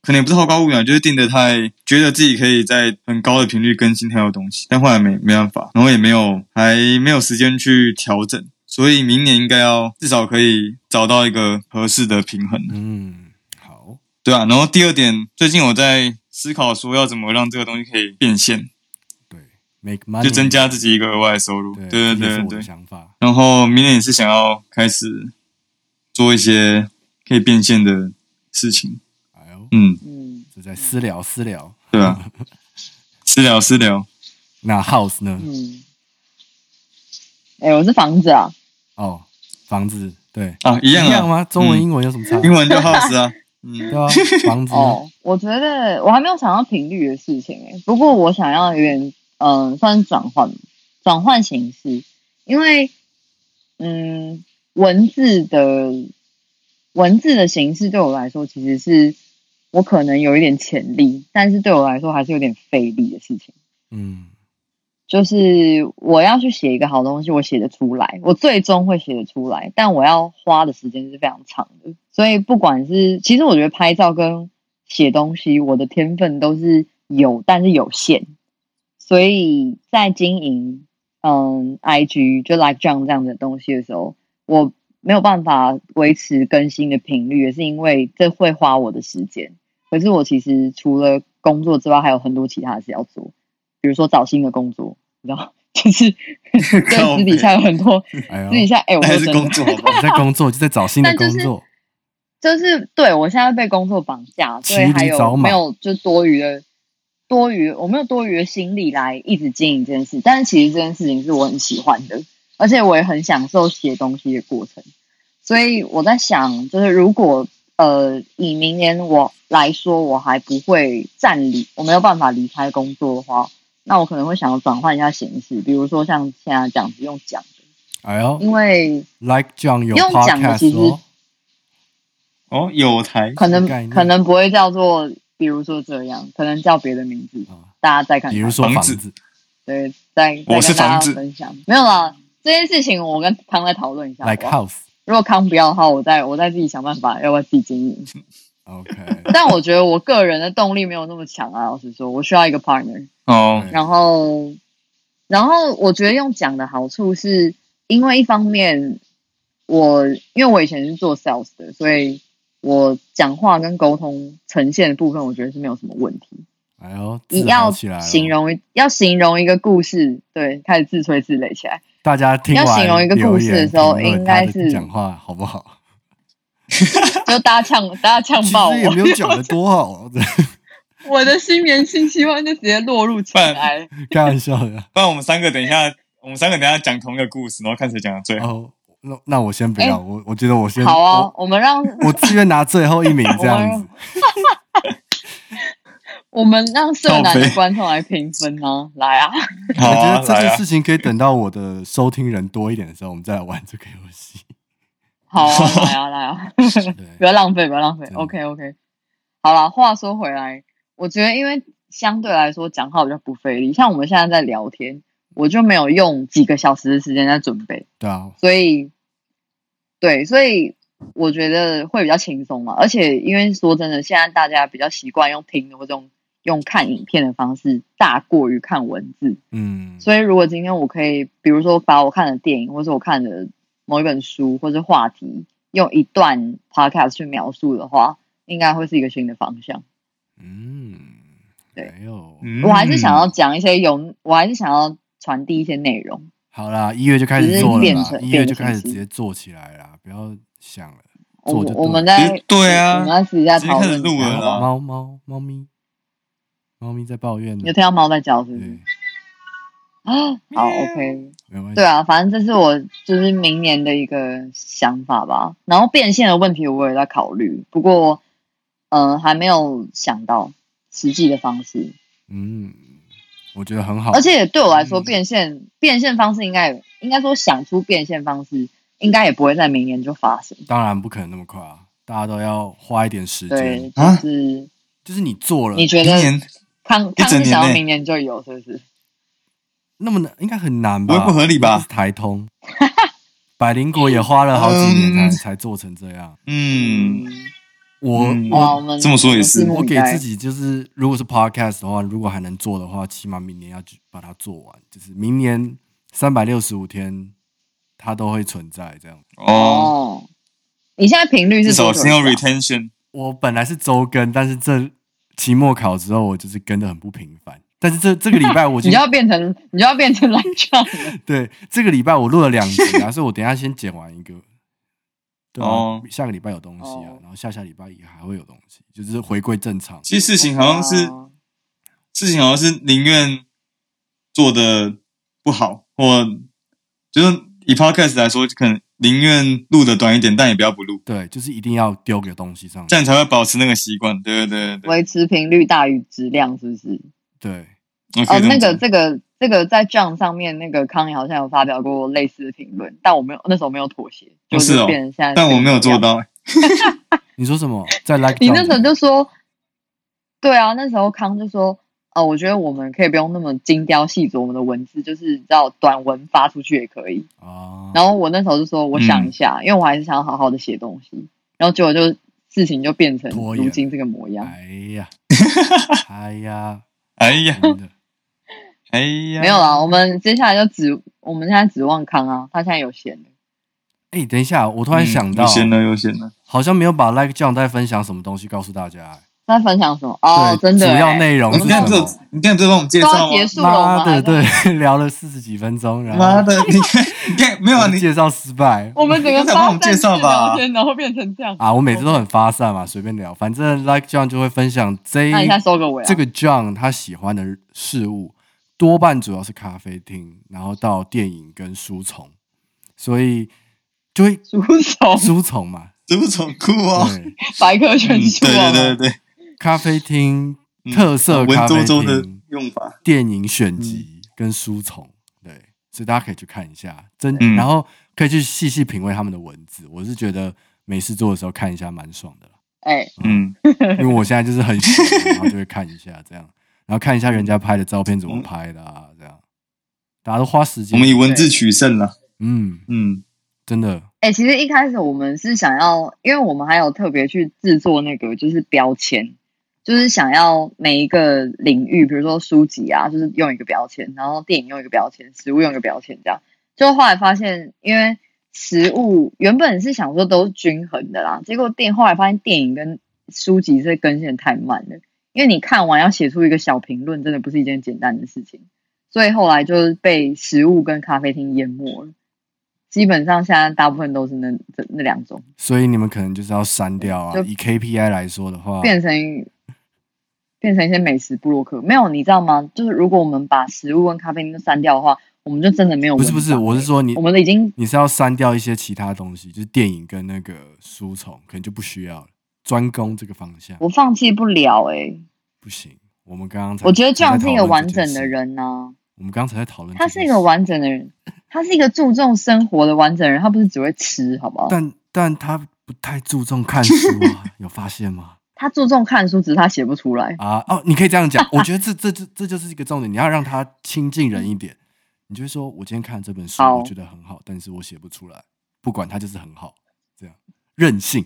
Speaker 2: 可能也不是好高骛远啊，就是定的太觉得自己可以在很高的频率更新很多东西，但后来没没办法，然后也没有还没有时间去调整，所以明年应该要至少可以找到一个合适的平衡。
Speaker 1: 嗯，好，
Speaker 2: 对啊，然后第二点，最近我在思考说要怎么让这个东西可以变现，
Speaker 1: 对，make money
Speaker 2: 就增加自己一个额外的收入。
Speaker 1: 啊对，
Speaker 2: 对对
Speaker 1: 这也
Speaker 2: 对
Speaker 1: 是我
Speaker 2: 对
Speaker 1: 的。想法。
Speaker 2: 然后明年也是想要开始做一些可以变现的事情。
Speaker 1: 哎呦，
Speaker 2: 嗯，
Speaker 3: 嗯，
Speaker 1: 这在私聊私聊。
Speaker 2: 对啊，私聊私聊，
Speaker 1: 那 house 呢？
Speaker 3: 嗯，哎、我是房子啊，
Speaker 1: 哦，房子对，
Speaker 2: 啊，一
Speaker 1: 一
Speaker 2: 样啊，
Speaker 1: 吗？中文
Speaker 2: 嗯
Speaker 1: 英文有什么差？
Speaker 2: 英文就 house 啊，嗯
Speaker 1: 对啊，房子呢
Speaker 3: [laughs] 哦，我觉得我还没有想到频率的事情、欸，不过我想要有点，嗯、算是转换，转换形式，因为，嗯，文字的文字的形式对我来说，其实是我可能有一点潜力，但是对我来说还是有点费力的事情。
Speaker 1: 嗯
Speaker 3: 就是我要去写一个好东西，我写得出来，我最终会写得出来，但我要花的时间是非常长的。所以不管是，其实我觉得拍照跟写东西，我的天分都是有，但是有限。所以在经营嗯 IG 就 Like John 这样的东西的时候，我没有办法维持更新的频率，也是因为这会花我的时间。可是我其实除了工作之外，还有很多其他的事要做，比如说找新的工作，你知道， [laughs] 就是
Speaker 2: 靠
Speaker 3: 对私
Speaker 2: 北
Speaker 3: 底下有很多
Speaker 1: 哎呦，
Speaker 3: 私底下哎、我
Speaker 2: 那还
Speaker 3: 说
Speaker 2: 是
Speaker 3: 真
Speaker 2: 工
Speaker 3: 的，
Speaker 2: 作好
Speaker 1: [laughs]
Speaker 2: 不好？
Speaker 1: 你在工作就在找新的
Speaker 3: 但
Speaker 1: 工
Speaker 3: 就是
Speaker 1: 作，
Speaker 3: 就是对我现在被工作绑架，所以
Speaker 1: 骑驴
Speaker 3: 还
Speaker 1: 找
Speaker 3: 有
Speaker 1: 马
Speaker 3: 没有就多余的多余，我没有多余的心力来一直经营这件事。但是其实这件事情是我很喜欢的，而且我也很享受写东西的过程。所以我在想，就是如果呃以明年我来说，我还不会暂离，我没有办法离开工作的话，那我可能会想要转换一下形式，比如说像现在这样子用讲的，
Speaker 1: 哎呦
Speaker 3: 因为
Speaker 1: ，Like John 有
Speaker 3: 嗯用讲的
Speaker 1: podcast
Speaker 3: 其实
Speaker 1: 哦，
Speaker 2: 哦，有台，
Speaker 3: 可能
Speaker 1: 概念
Speaker 3: 可能不会叫做，比如说这样，可能叫别的名字，
Speaker 1: 啊
Speaker 3: 大家再看看。
Speaker 1: 比如说
Speaker 2: 房
Speaker 1: 房
Speaker 2: 子
Speaker 1: 子，
Speaker 3: 对，再再
Speaker 2: 我是
Speaker 3: 跟大
Speaker 2: 房
Speaker 3: 家
Speaker 2: 子
Speaker 3: 分享。没有啦，这件事情我跟康再讨论一下好
Speaker 1: like
Speaker 3: 不好。
Speaker 1: house [laughs]
Speaker 3: 如果康不要的话，我再我再自己想办法，要不要自己经营？
Speaker 1: OK，
Speaker 3: 但我觉得我个人的动力没有那么强啊。老实说，我需要一个 partner。
Speaker 2: 哦，
Speaker 1: 对
Speaker 3: 然后，然后我觉得用讲的好处是，因为一方面我因为我以前是做 sales 的，所以我讲话跟沟通呈现的部分，我觉得是没有什么问题。
Speaker 1: 哎呦，
Speaker 3: 你
Speaker 1: 自豪
Speaker 3: 要
Speaker 1: 起来了
Speaker 3: 形容一要形容一个故事，对，开始自吹自擂起来。
Speaker 1: 大家听
Speaker 3: 要
Speaker 1: 完
Speaker 3: 形容一个
Speaker 1: 留
Speaker 3: 故事
Speaker 1: 言
Speaker 3: 的时候
Speaker 1: 评论
Speaker 3: 应
Speaker 1: 他
Speaker 3: 该
Speaker 1: 的
Speaker 3: 是
Speaker 1: 讲话好不好？
Speaker 3: 就大家呛，大家
Speaker 1: 其
Speaker 3: 呛爆我
Speaker 1: 实也没有讲的多好，啊
Speaker 3: 我的新年新希望就直接落入尘
Speaker 1: [laughs]
Speaker 3: 埃。
Speaker 1: [laughs] 开玩笑的。
Speaker 2: 不然我们三个等一下，我们三个等一下讲同一个故事，然后看谁讲的最好。
Speaker 1: 哦，那那我先不要，
Speaker 3: 哎
Speaker 1: 我我觉得我先
Speaker 3: 好啊，，我们让
Speaker 1: 我我自愿拿最后一名这样
Speaker 3: [laughs]
Speaker 1: 子。
Speaker 3: 我们让社男
Speaker 2: 靠
Speaker 3: 的
Speaker 2: 北
Speaker 3: 观众来评分啊，
Speaker 1: [laughs]
Speaker 3: 来啊！
Speaker 2: 好
Speaker 1: 我觉
Speaker 2: 啊
Speaker 1: 得，这
Speaker 2: 来
Speaker 1: 件
Speaker 2: 啊
Speaker 1: 事，情可以等到我的收听人多一点的时候，我们再来玩这个游
Speaker 3: [laughs]
Speaker 1: 戏。
Speaker 3: 好啊，来啊，来啊！不
Speaker 1: 对，
Speaker 3: 要浪费，不要浪费
Speaker 1: 真。的
Speaker 3: OK OK，好了，话说回来，我觉得因为相对来说讲话比较不费力，像我们现在在聊天，我就没有用几个小时的时间在准备，
Speaker 1: 对啊，
Speaker 3: 所以对，所以我觉得会比较轻松嘛。而且因为说真的，现在大家比较习惯用听的或者用用看影片的方式，大过于看文字。
Speaker 1: 嗯，
Speaker 3: 所以如果今天我可以，比如说把我看的电影，或者我看的某一本书，或者话题，用一段 podcast 去描述的话，应该会是一个新的方向。
Speaker 1: 嗯，
Speaker 3: 对
Speaker 1: 没有，
Speaker 2: 嗯
Speaker 3: 我还是想要讲一些有，我还是想要传递一些内容。
Speaker 1: 好啦，一月就开始做了
Speaker 3: 只是变
Speaker 1: 啦，
Speaker 3: 成
Speaker 1: 一月就开始
Speaker 3: 变
Speaker 1: 直
Speaker 3: 成
Speaker 1: 接做起来啦，不要想了。
Speaker 3: 我
Speaker 1: 做就对
Speaker 3: 我们
Speaker 2: 其
Speaker 3: 在
Speaker 2: 实对啊
Speaker 3: 我们在私底下讨
Speaker 2: 直接开始
Speaker 3: 论。
Speaker 2: 录了啦
Speaker 1: 猫猫猫咪，猫咪在抱怨呢
Speaker 3: 你有，听到猫在叫是不是
Speaker 1: 对？，
Speaker 3: 啊，
Speaker 2: 喵
Speaker 3: 好，OK，
Speaker 1: 没关系，
Speaker 3: 对，啊，反正这是我就是明年的一个想法吧。然后变现的问题我也在考虑，不过嗯、呃还没有想到实际的方式。
Speaker 1: 嗯，我觉得很好，
Speaker 3: 而且对我来说，
Speaker 2: 嗯
Speaker 3: 变现、变现方式应该也应该说想出变现方式，应该也不会在明年就发生。
Speaker 1: 当然不可能那么快啊，大家都要花一点时
Speaker 3: 对，
Speaker 1: 间。
Speaker 3: 就
Speaker 2: 啊
Speaker 3: 是、
Speaker 1: 就是你做了，
Speaker 3: 你觉
Speaker 2: 明
Speaker 3: 得
Speaker 2: 年
Speaker 3: 康
Speaker 2: 整
Speaker 3: 康是
Speaker 2: 年
Speaker 3: 想要
Speaker 2: 内
Speaker 3: 明年就有，是不是？
Speaker 1: 那么难，应该很难吧？
Speaker 2: 不会不合理吧
Speaker 1: 又是台通，百灵果也花了好几年才、
Speaker 2: 嗯
Speaker 1: 才做成这样。
Speaker 2: 嗯，
Speaker 1: 我、
Speaker 2: 嗯
Speaker 3: 哇，
Speaker 1: 我
Speaker 3: 我们
Speaker 2: 这么说也是
Speaker 3: 拭目
Speaker 1: 我
Speaker 3: 以
Speaker 1: 给
Speaker 3: 待
Speaker 1: 自己就是，如果是 podcast 的话，如果还能做的话，起码明年要去把它做完，就是明年三百六十五天它都会存在这样。
Speaker 2: 哦，
Speaker 3: 哦。你现在频率
Speaker 2: 至
Speaker 3: 是
Speaker 2: 少
Speaker 3: 多久
Speaker 2: 先
Speaker 3: 以
Speaker 2: 要
Speaker 3: 上？
Speaker 2: retention。
Speaker 1: 我本来是周更，但是这期末考之后，我就是跟的很不频繁。但是这这个礼拜我已
Speaker 3: [laughs]
Speaker 1: 经
Speaker 3: 你就要变成你就要变成蓝酱了。
Speaker 1: 对，这个礼拜我录了两集啊，所以我等一下先剪完一个。对、啊，
Speaker 2: 哦
Speaker 1: 下个礼拜有东西啊
Speaker 3: 哦
Speaker 1: 然后下下礼拜也还会有东西，就是回归正常。
Speaker 2: 其实事情好像是
Speaker 3: 哦
Speaker 2: 事情好像是宁愿做的不好，或就是以 podcast 来说，可能宁愿录的短一点，但也不要不录，
Speaker 1: 对，就是一定要丢个东西上
Speaker 2: 这
Speaker 1: 去。
Speaker 2: 样才会保持那个习惯。对对对对
Speaker 3: 维持频率大于质量，是不是？
Speaker 1: 对，
Speaker 2: 对，
Speaker 3: 哦，
Speaker 2: 可以这
Speaker 3: 那
Speaker 2: 么
Speaker 3: 个
Speaker 2: 讲
Speaker 3: 这个这个在 John 上面，那个康也好像有发表过类似的评论，但我没有那时候没有妥协，就
Speaker 2: 哦是哦
Speaker 3: 变成现在，
Speaker 2: 但我没有做。到。
Speaker 1: 你说什么？在 like
Speaker 3: 你
Speaker 1: down
Speaker 3: 那时候
Speaker 1: 吗
Speaker 3: 就说，对啊，那时候康就说，哦，我觉得我们可以不用那么精雕细琢我们的文字，就是照短文发出去也可以。
Speaker 1: 啊，
Speaker 2: 哦
Speaker 3: 然后我那时候就说，我想一
Speaker 2: 嗯
Speaker 3: 下，因为我还是想要好好的写东西。然后结果就事情就变成
Speaker 1: 拖延
Speaker 3: 如今这个模样，
Speaker 1: 哎呀， [laughs] 哎呀，
Speaker 2: 哎呀，
Speaker 1: 真的
Speaker 2: 哎呀，
Speaker 1: 啊
Speaker 3: 没有啦。我们接下来就指，我们现在指望康啊，他现在有闲了。
Speaker 1: 哎、等一下，我突
Speaker 2: 嗯，
Speaker 1: 然想到
Speaker 2: 优，先了，优先了。
Speaker 1: 好像没有把 like 酱在分享什么东西告诉大家、
Speaker 3: 在分享什么？哦，
Speaker 1: 对，
Speaker 3: 真的
Speaker 1: 主
Speaker 3: 欸，
Speaker 1: 要内容
Speaker 2: 你
Speaker 1: 是
Speaker 2: 这样
Speaker 1: 什
Speaker 2: 子
Speaker 1: 么？
Speaker 2: 有，你这样子有帮我们介
Speaker 3: 都
Speaker 2: 绍
Speaker 3: 要
Speaker 2: 吗？
Speaker 3: 结束了，我
Speaker 1: 妈
Speaker 3: 们
Speaker 1: 的，
Speaker 3: 还在
Speaker 1: 对， [laughs] 聊了四十几分钟，然
Speaker 2: 妈
Speaker 1: 后
Speaker 2: 的，你看，你看，没有啊？
Speaker 1: [laughs]
Speaker 2: 你
Speaker 1: 介绍失败，
Speaker 3: 我们整个
Speaker 2: 你刚才帮我们
Speaker 3: 发散
Speaker 2: 介绍
Speaker 3: 式
Speaker 2: 吧
Speaker 3: 聊天然后变成这样
Speaker 1: 啊，我每次都很发散嘛，随便聊，反正 Like John 就会分享这一
Speaker 3: 那你现在收个尾啊？
Speaker 1: 这个 John 他喜欢的事物，多半主要是咖啡厅，然后到电影跟书虫，所以就会
Speaker 3: 书虫
Speaker 1: 书虫嘛，
Speaker 2: 这不很酷哦。
Speaker 1: 对，
Speaker 3: 百科
Speaker 2: 嗯
Speaker 3: 全书
Speaker 2: 对
Speaker 3: 啊，
Speaker 2: 对对对，
Speaker 1: 咖啡厅
Speaker 2: 嗯
Speaker 1: 特色
Speaker 2: 文
Speaker 1: 咖啡
Speaker 2: 绉绉的
Speaker 1: 厅，
Speaker 2: 用法。
Speaker 1: 电影选
Speaker 3: 嗯
Speaker 1: 集跟书虫，对，所以大家可以去看一下，真，
Speaker 2: 嗯
Speaker 1: 然后可以去细细品味他们的文字，我是觉得没事做的时候看一下蛮爽的
Speaker 3: [laughs]
Speaker 1: 啦。
Speaker 3: 哎，
Speaker 2: 嗯，
Speaker 1: 因为我现在就是很喜欢，然后就会看一下这样，然后看一下人家拍的照片怎么拍的啊，这样，大家都花时
Speaker 2: 嗯我
Speaker 1: 间。
Speaker 2: 们以文字取胜了。
Speaker 1: 嗯，
Speaker 2: 嗯，
Speaker 1: 真的，
Speaker 3: 哎、其实一开始我们是想要，因为我们还有特别去制作那个就是标签，就是想要每一个领域，比如说书籍啊，就是用一个标签，然后电影用一个标签，食物用一个标签，这样。就后来发现，因为食物原本是想说都是均衡的啦，结果电后来发现电影跟书籍是更新的太慢了，因为你看完要写出一个小评论，真的不是一件简单的事情，所以后来就是被食物跟咖啡厅淹没了。基本上现在大部分都是那这那两种，
Speaker 1: 所以你们可能就是要删掉啊。
Speaker 3: 就
Speaker 1: 以 KPI 来说的话，
Speaker 3: 变成变成一些美食部落客。没有，你知道吗？就是如果我们把食物跟咖啡厅都删掉的话，我们就真的没有
Speaker 1: 不
Speaker 3: 文
Speaker 1: 是
Speaker 3: 章
Speaker 1: 不
Speaker 3: 了。
Speaker 1: 是，我是说你
Speaker 3: 我们已经
Speaker 1: 你是要删掉一些其他东西，就是电影跟那个书虫，可能就不需要了，专攻这个方向
Speaker 3: 我放弃不了哎、
Speaker 1: 不行。我们刚刚才
Speaker 3: 我觉得这样是一个
Speaker 1: 才在讨论
Speaker 3: 完
Speaker 1: 这件
Speaker 3: 整的
Speaker 1: 事，
Speaker 3: 人呢、
Speaker 1: 我们刚才在讨论，
Speaker 3: 他是一个，完整的人，他是一个注重生活的完整人，他不是只会吃，好不好？
Speaker 1: 但但他不太注重看书
Speaker 3: [laughs]
Speaker 1: 啊，有发现吗？
Speaker 3: 他注重看书，只是他写不出来。
Speaker 1: 啊哦，你可以这样讲，我觉得这这这这就是一个重点，你要让他亲近人一点。你就会说，我今天看了这本书，
Speaker 3: 好
Speaker 1: 我觉得很好，但是我写不出来，不管它就是很好，这样任
Speaker 3: [laughs]
Speaker 1: 性，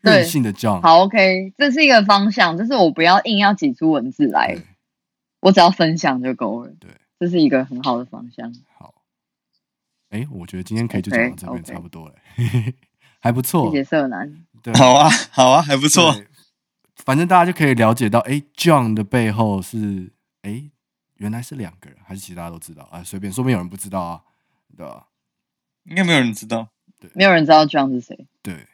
Speaker 1: 任性的 John，
Speaker 3: 好，OK，这是一个方向，就是我不要硬要挤出文字来
Speaker 1: 对，
Speaker 3: 我只要分享就够了。
Speaker 1: 对，
Speaker 3: 这是一个很好的方向。
Speaker 1: 好。哎，我觉得今天可以就讲到这边
Speaker 3: OK，OK
Speaker 1: 差不多了， [laughs] 还不错
Speaker 2: 哦
Speaker 3: 谢，谢色男。
Speaker 1: 对，
Speaker 2: 好啊，好啊，还不错。
Speaker 1: 对，反正大家就可以了解到，哎，John 的背后是，哎，原来是两个人，还是其实大家都知道啊？随便，说不定有人不知道啊，对吧？
Speaker 2: 应该没有人知道，
Speaker 3: 没有人知道 John 是谁。
Speaker 1: 对，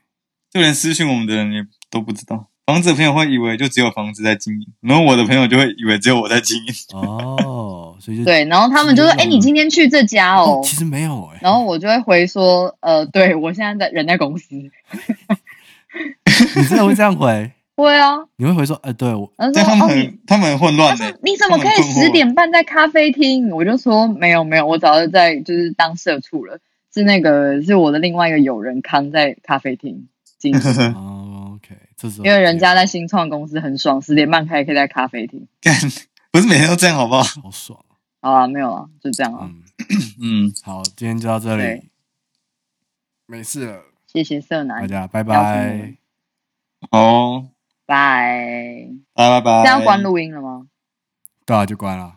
Speaker 2: 就连私讯我们的人也都不知道。房子的朋友会以为就只有房子在经营，然后我的朋友就会以为只有我在经营。
Speaker 1: 哦，所以就
Speaker 3: 对，然后他们就说：“
Speaker 1: 嗯
Speaker 3: 哎、你今天去这家哦
Speaker 1: 哦，。
Speaker 2: 嗯
Speaker 1: 其实没有哎、”
Speaker 3: 然后我就会回说：“呃，对我现在在人在公司。
Speaker 1: 你真的会这样回？”
Speaker 3: 会啊，
Speaker 1: 你会回说，呃，对我，
Speaker 3: 然后说
Speaker 2: 但：“他们
Speaker 3: 哦，你
Speaker 2: 很他们很混乱
Speaker 3: 他
Speaker 2: 呢、
Speaker 3: 说你怎么可以
Speaker 2: 他们很困惑
Speaker 3: 十点半在咖啡厅？”我就说：“没有没有，我早就在就是当社畜了，是那个是我的另外一个友人康在咖啡厅经
Speaker 2: [laughs]
Speaker 3: 营，
Speaker 2: 嗯
Speaker 1: 哦，OK，这是
Speaker 3: 因为人家在新创公司很爽，十点半开可以在咖啡厅。
Speaker 2: 干，不是每天都这样好不好？
Speaker 1: 好爽，
Speaker 3: 好啊，没有啊，就这样啊，
Speaker 1: 嗯，
Speaker 2: 嗯，
Speaker 1: 好，今天就到这里
Speaker 3: 对，
Speaker 1: 没事了，
Speaker 3: 谢谢色
Speaker 1: 大
Speaker 3: 男，
Speaker 1: 家拜
Speaker 3: 邀请我
Speaker 1: 拜
Speaker 3: 们。
Speaker 2: 好哦，
Speaker 3: 拜。
Speaker 2: 拜拜拜。
Speaker 3: 这样关录音了吗？
Speaker 1: 对啊，就关了。